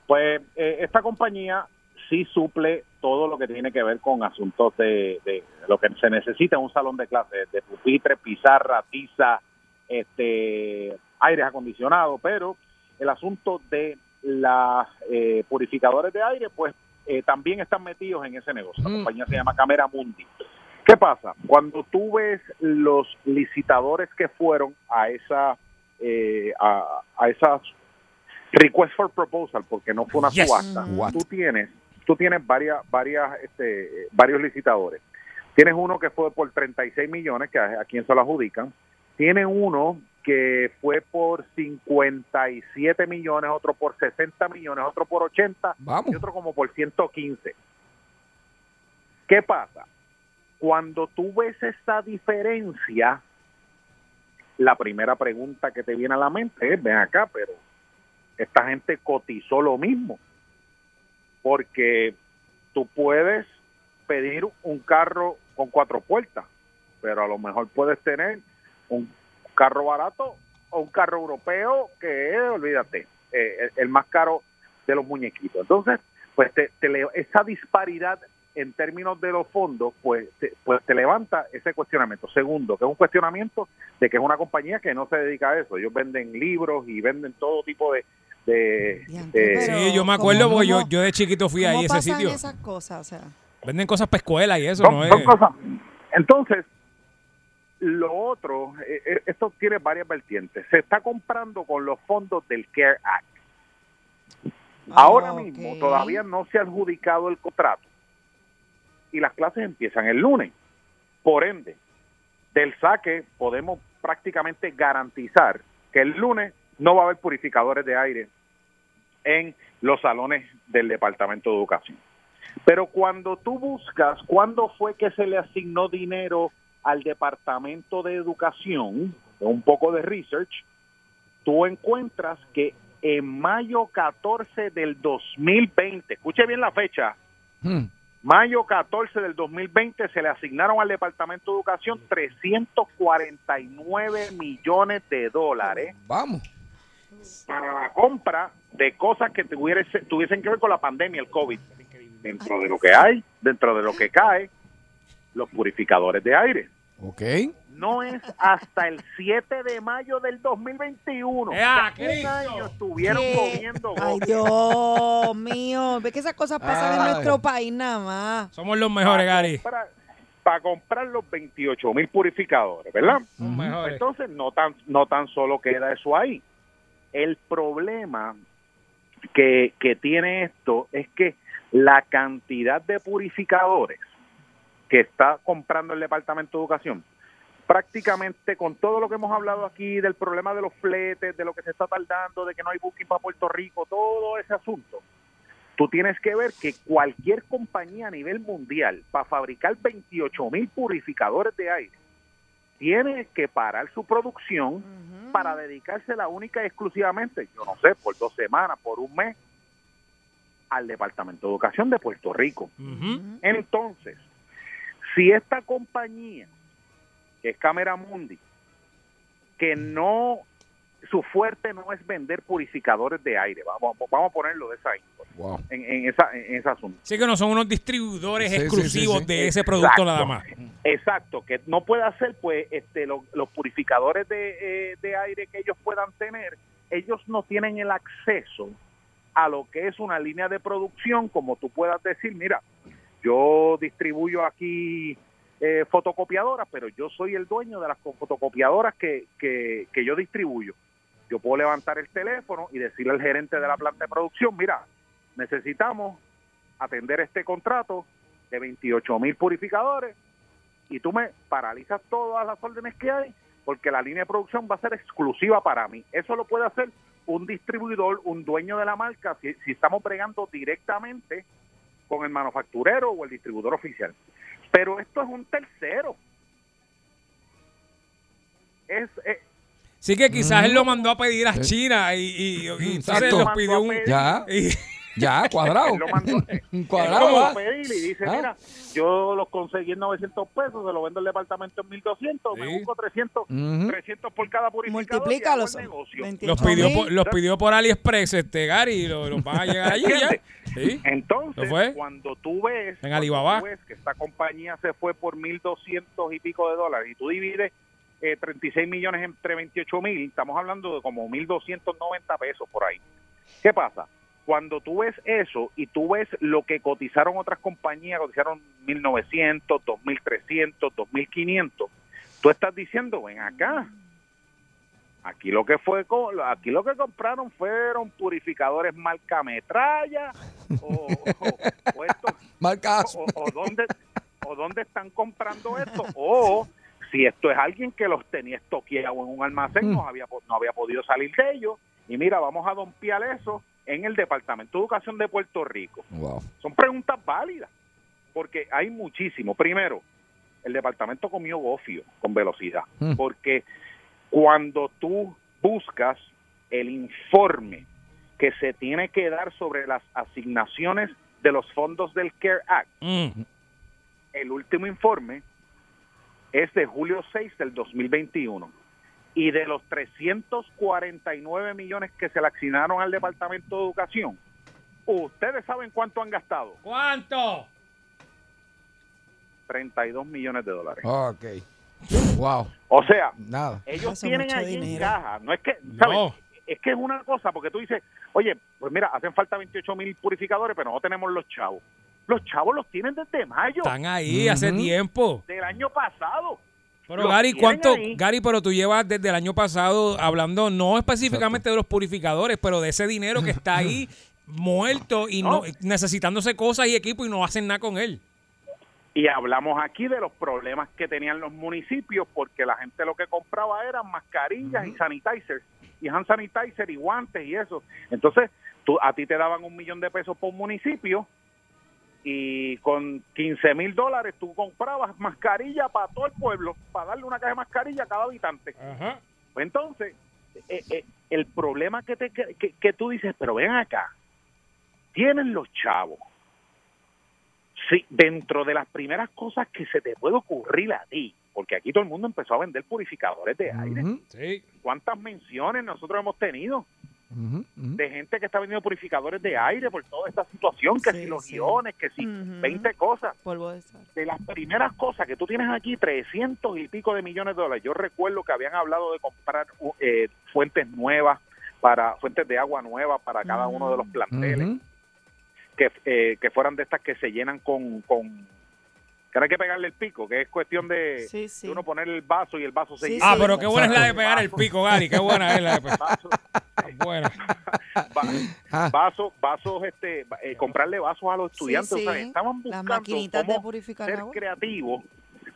S11: Pues eh, esta compañía sí suple todo lo que tiene que ver con asuntos de, de lo que se necesita en un salón de clases, de pupitre, pizarra, tiza, este, aires acondicionados, pero el asunto de las eh, purificadores de aire, pues eh, también están metidos en ese negocio. La compañía se llama Camera Mundi. ¿Qué pasa? Cuando tú ves los licitadores que fueron a esa eh, a, a esas request for proposal, porque no fue una
S13: Yes.
S11: subasta,
S13: What?
S11: tú tienes tú tienes varias varias este, varios licitadores. Tienes uno que fue por 36 millones, que a, a quien se lo adjudican. Tiene uno que fue por 57 millones, otro por 60 millones, otro por 80 y otro como por 115. ¿Qué pasa? Cuando tú ves esta diferencia, la primera pregunta que te viene a la mente es, ven acá, pero esta gente cotizó lo mismo. Porque tú puedes pedir un carro con cuatro puertas, pero a lo mejor puedes tener un carro barato o un carro europeo que es, olvídate, eh, el, el más caro de los muñequitos. Entonces, pues te, te le- esa disparidad en términos de los fondos, pues te, pues te levanta ese cuestionamiento. Segundo, que es un cuestionamiento de que es una compañía que no se dedica a eso. Ellos venden libros y venden todo tipo de... de- de-
S4: Sí, yo me acuerdo porque yo, yo de chiquito fui ahí
S2: ¿Cómo
S4: a ese
S2: pasan
S4: sitio.
S2: esas cosas? O sea,
S4: Venden cosas para escuela y eso,
S11: Son-
S4: ¿no? Eh.
S11: son
S4: es-
S11: cosas- Entonces, lo otro, eh, eh, esto tiene varias vertientes. Se está comprando con los fondos del CARE Act. Ahora mismo todavía no se ha adjudicado el contrato y las clases empiezan el lunes. Por ende, del saque podemos prácticamente garantizar que el lunes no va a haber purificadores de aire en los salones del Departamento de Educación. Pero cuando tú buscas cuándo fue que se le asignó dinero al Departamento de Educación, un poco de research, tú encuentras que en mayo 14 del 2020, escuche bien la fecha, mayo 14 del 2020 se le asignaron al Departamento de Educación 349 millones de dólares. Vamos. Para la compra de cosas que tuviese- tuviesen que ver con la pandemia, el COVID. Dentro de lo que hay, dentro de lo que cae, los purificadores de aire.
S8: Ok.
S11: No es hasta el 7 de mayo del 2021.
S4: ¡Ea,
S11: O sea,
S4: ¡Eh,
S11: un
S4: ah, Cristo!
S11: año estuvieron
S2: ¿Qué?
S11: comiendo.
S2: Ay, Dios mío. Ve que esas cosas pasan en
S11: Ay.
S2: nuestro país nada más.
S4: Somos los mejores, Gary.
S11: Para, para comprar los 28 mil purificadores, ¿verdad?
S4: mejores.
S11: Entonces, no tan, no tan solo queda eso ahí. El problema que, que tiene esto es que la cantidad de purificadores que está comprando el Departamento de Educación, prácticamente con todo lo que hemos hablado aquí del problema de los fletes, de lo que se está tardando, de que no hay booking para Puerto Rico, todo ese asunto, tú tienes que ver que cualquier compañía a nivel mundial para fabricar 28 mil purificadores de aire tiene que parar su producción para dedicársela única y exclusivamente, yo no sé, por dos semanas, por un mes, al Departamento de Educación de Puerto Rico. Entonces, si esta compañía, que es Camera Mundi, que no, su fuerte no es vender purificadores de aire, vamos, vamos a ponerlo de esa índole, en, en esa, en ese asunto.
S4: Sí que no son unos distribuidores
S11: Sí, sí,
S4: exclusivos
S11: sí, sí.
S4: de ese producto
S11: Exacto.
S4: nada más.
S11: Exacto, que no puede hacer pues este lo- los purificadores de, eh, de aire que ellos puedan tener, ellos no tienen el acceso a lo que es una línea de producción, como tú puedas decir, mira, yo distribuyo aquí eh, fotocopiadoras, pero yo soy el dueño de las co- fotocopiadoras que, que, que yo distribuyo. Yo puedo levantar el teléfono y decirle al gerente de la planta de producción, mira, necesitamos atender este contrato de 28 mil purificadores y tú me paralizas todas las órdenes que hay porque la línea de producción va a ser exclusiva para mí. Eso lo puede hacer un distribuidor, un dueño de la marca, si, si estamos bregando directamente con el manufacturero o el distribuidor oficial. Pero esto es un tercero. Es, eh, es-
S3: Mm. Eh.
S4: Sí que quizás él lo mandó a pedir a China y, y- y entonces
S11: Exacto.
S4: les pidió un...
S11: Ya.
S4: y-
S3: Ya, cuadrado.
S11: Él lo mandó- eh.
S3: Un
S11: Él
S3: cuadrado.
S11: lo
S3: va.
S11: mandó a pedir y dice,
S3: Ah.
S11: mira, yo los conseguí en 900 pesos, se los vendo al departamento en 1200, me busco 300,
S3: Ujú.
S11: 300 por cada purificador
S2: Multiplícalos.
S11: y hago el negocio.
S4: Los pidió, por, los pidió por AliExpress, este Gary, y lo- los van a llegar allí ya. Sí. ¿Lo
S11: Entonces,
S4: fue?
S11: cuando tú ves,
S4: En
S11: cuando
S4: Alibaba.
S11: tú ves que esta compañía se fue por 1.200 y pico de dólares y tú divides eh, 36 millones entre 28 mil, estamos hablando de como 1.290 pesos por ahí. ¿Qué pasa? Cuando tú ves eso y tú ves lo que cotizaron otras compañías, cotizaron 1.900, 2.300, 2.500, tú estás diciendo, ven acá, Aquí lo que fue, co- aquí lo que compraron fueron purificadores marca metralla o, o- o esto-
S3: Marcas.
S11: o- o dónde o dónde están comprando esto o si esto es alguien que los tenía estoqueado en un almacén
S3: Mm.
S11: no había po- no había podido salir de ellos y mira vamos a dompear eso en el departamento de educación de Puerto Rico
S3: Wow.
S11: son preguntas válidas porque hay muchísimo primero el departamento comió gofio con velocidad
S3: Mm.
S11: porque cuando tú buscas el informe que se tiene que dar sobre las asignaciones de los fondos del CARE Act,
S4: Mm.
S11: el último informe es de julio 6 del 2021. Y de los 349 millones que se le asignaron al Departamento de Educación, ¿ustedes saben cuánto han gastado?
S4: ¿Cuánto?
S11: 32 millones de dólares.
S3: Ok. Wow.
S11: O sea,
S3: Nada.
S11: ellos
S2: Hace
S11: tienen
S2: mucho
S11: ahí en
S2: dinero.
S11: caja. No es que, ¿sabes?
S4: No.
S11: Es que es una cosa, porque tú dices, oye, pues mira, hacen falta 28 mil purificadores, pero no tenemos los chavos. Los chavos los tienen desde mayo
S4: Están ahí hace
S3: Ujú.
S4: tiempo.
S11: del año pasado.
S4: Pero
S11: Los
S4: Gary,
S11: tienen
S4: ¿cuánto?
S11: ahí.
S4: Gary, pero tú llevas desde el año pasado hablando no específicamente de los purificadores, pero de ese dinero que está ahí muerto y no,
S11: No.
S4: necesitándose cosas y equipo y no hacen nada con él.
S11: Y hablamos aquí de los problemas que tenían los municipios porque la gente lo que compraba eran mascarillas y sanitizers, y hand sanitizer y guantes y eso. Entonces, tú, a ti te daban un millón de pesos por municipio y con 15 mil dólares tú comprabas mascarilla para todo el pueblo, para darle una caja de mascarilla a cada habitante.
S4: Ajá.
S11: Pues Entonces, eh, eh, el problema que, te, que, que- que tú dices, pero ven acá, tienen los chavos. Sí, dentro de las primeras cosas que se te puede ocurrir a ti, porque aquí todo el mundo empezó a vender purificadores de aire.
S3: Ujú,
S4: Sí.
S11: ¿Cuántas menciones nosotros hemos tenido
S3: ujú, ujú.
S11: de gente que está vendiendo purificadores de aire por toda esta situación? Que
S2: Sí,
S11: si los
S2: sí.
S11: guiones, que si
S2: Ujú.
S11: 20 cosas
S2: Polvo de sal.
S11: de las primeras cosas que tú tienes aquí, 300 y pico de millones de dólares. Yo recuerdo que habían hablado de comprar uh, eh, fuentes nuevas, para fuentes de agua nueva para cada uno de los
S2: Mm.
S11: planteles,
S3: Ujú.
S11: que, eh, que fueran de estas que se llenan con... con que ahora hay que pegarle el pico, que es cuestión de,
S2: Sí, sí.
S11: de uno poner el vaso y el vaso se
S2: Sí,
S11: llena.
S4: Ah, pero qué buena es la de
S11: Exacto.
S4: pegar el pico, Gary. Qué buena es la de pegar.
S11: Vaso-
S4: Buena.
S11: va-
S3: Ah.
S11: vasos, vasos, este, eh, comprarle vasos a los
S2: Sí,
S11: estudiantes. O sea,
S2: sí.
S11: estaban
S2: Las
S11: buscando
S2: maquinitas de
S11: cómo
S2: purificar
S11: ser
S2: agua.
S11: creativo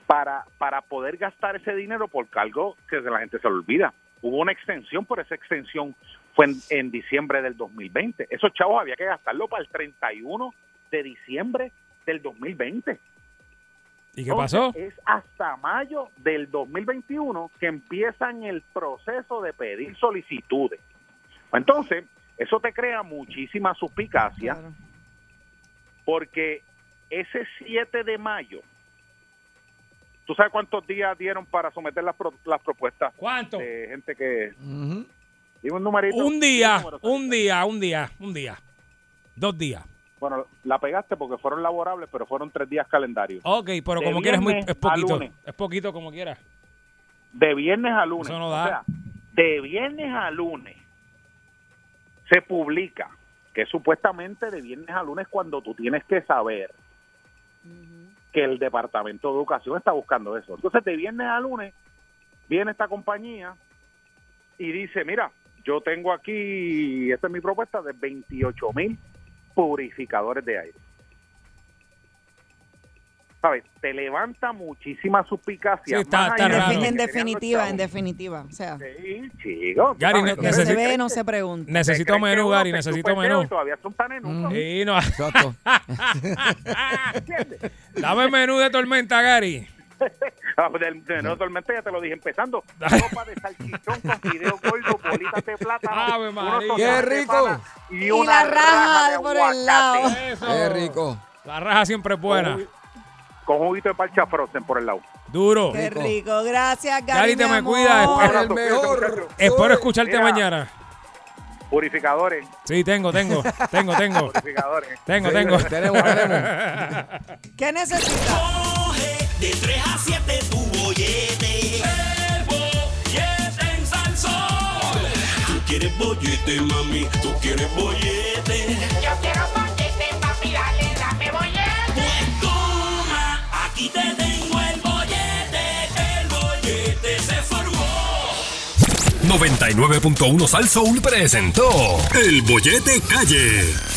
S11: para, para poder gastar ese dinero porque algo que la gente se le olvida. Hubo una extensión, pero esa extensión fue en, en diciembre del 2020. Esos chavos había que gastarlo para el 31 de diciembre del 2020.
S4: ¿Y qué pasó?
S11: Entonces, Es hasta mayo del 2021 que empiezan el proceso de pedir solicitudes. Entonces, eso te crea muchísima suspicacia
S2: Claro.
S11: porque ese 7 de mayo, ¿tú sabes cuántos días dieron para someter las, pro- las propuestas
S4: ¿Cuánto?
S11: de gente que...
S3: Ujú.
S11: Dime un numerito.
S4: Un día,
S11: Dime número,
S4: un día, un día, un día. Dos días.
S11: Bueno, la pegaste porque fueron laborables, pero fueron tres días calendario.
S4: Ok, pero
S11: De
S4: como quieras es, muy- es
S11: viernes a
S4: poquito.
S11: lunes.
S4: Es poquito como quieras.
S11: de viernes a lunes.
S4: Eso no
S11: O
S4: da.
S11: sea, de viernes a lunes se publica, que supuestamente de viernes a lunes cuando tú tienes que saber que el Departamento de Educación está buscando eso. Entonces, de viernes a lunes viene esta compañía y dice, mira, yo tengo aquí, esta es mi propuesta, de 28 mil purificadores de aire. ¿Sabes? Te levanta muchísima suspicacia.
S4: Sí, está-
S11: más
S4: está
S11: allá de
S4: raro.
S11: lo que
S2: En
S11: tenían los
S2: definitiva, en
S11: chavos.
S2: definitiva. O sea,
S11: Sí, chico. tú
S4: Gary,
S11: sabes,
S4: no-
S11: tú
S2: no se
S4: Necesito-
S2: ve, no se pregunta.
S4: Necesito
S11: crees que
S4: menú,
S11: uno
S4: Gary,
S11: se
S4: necesito
S11: chupa el dedo
S4: menú.
S11: y Todavía son tan enucos,
S4: Sí, no.
S3: Exacto.
S11: ¿entiendes?
S4: Dame menú de tormenta, Gary.
S11: Ah, del- de no tormenta ya te lo dije, empezando. Sopa de salchichón con fideo gordo, bolitas de plátano.
S4: Ave
S11: unos
S4: María.
S11: tostadas
S4: ¡Qué
S11: de
S4: rico!
S11: pana
S4: Y
S11: Y una
S4: la
S11: raja
S4: raja
S11: de
S4: por el lado.
S11: aguacate.
S4: Eso. Qué rico. La raja siempre es buena.
S11: Con juguito de parcha frozen por el lado.
S4: Duro.
S2: Qué rico. Gracias, Gary.
S4: Gary, te
S2: mi
S4: me
S2: amor.
S4: cuida. Espero,
S11: El mejor.
S4: espero escucharte
S11: Mira.
S4: mañana.
S11: Purificadores.
S4: Sí, tengo, tengo, tengo, tengo.
S11: Purificadores.
S4: Tengo,
S11: Sí,
S4: tengo.
S11: tenemos,
S2: ¿Qué necesitas?
S9: De 3 a 7 tu bollete. El bollete en salsón. Tú quieres bollete, mami. Tú quieres bollete.
S14: Yo quiero bollete, papi, dale, dame bollete.
S9: Pues toma, aquí te tengo el bollete. El bollete se formó.
S1: 99.1 Sal Soul presentó El Bollete Calle.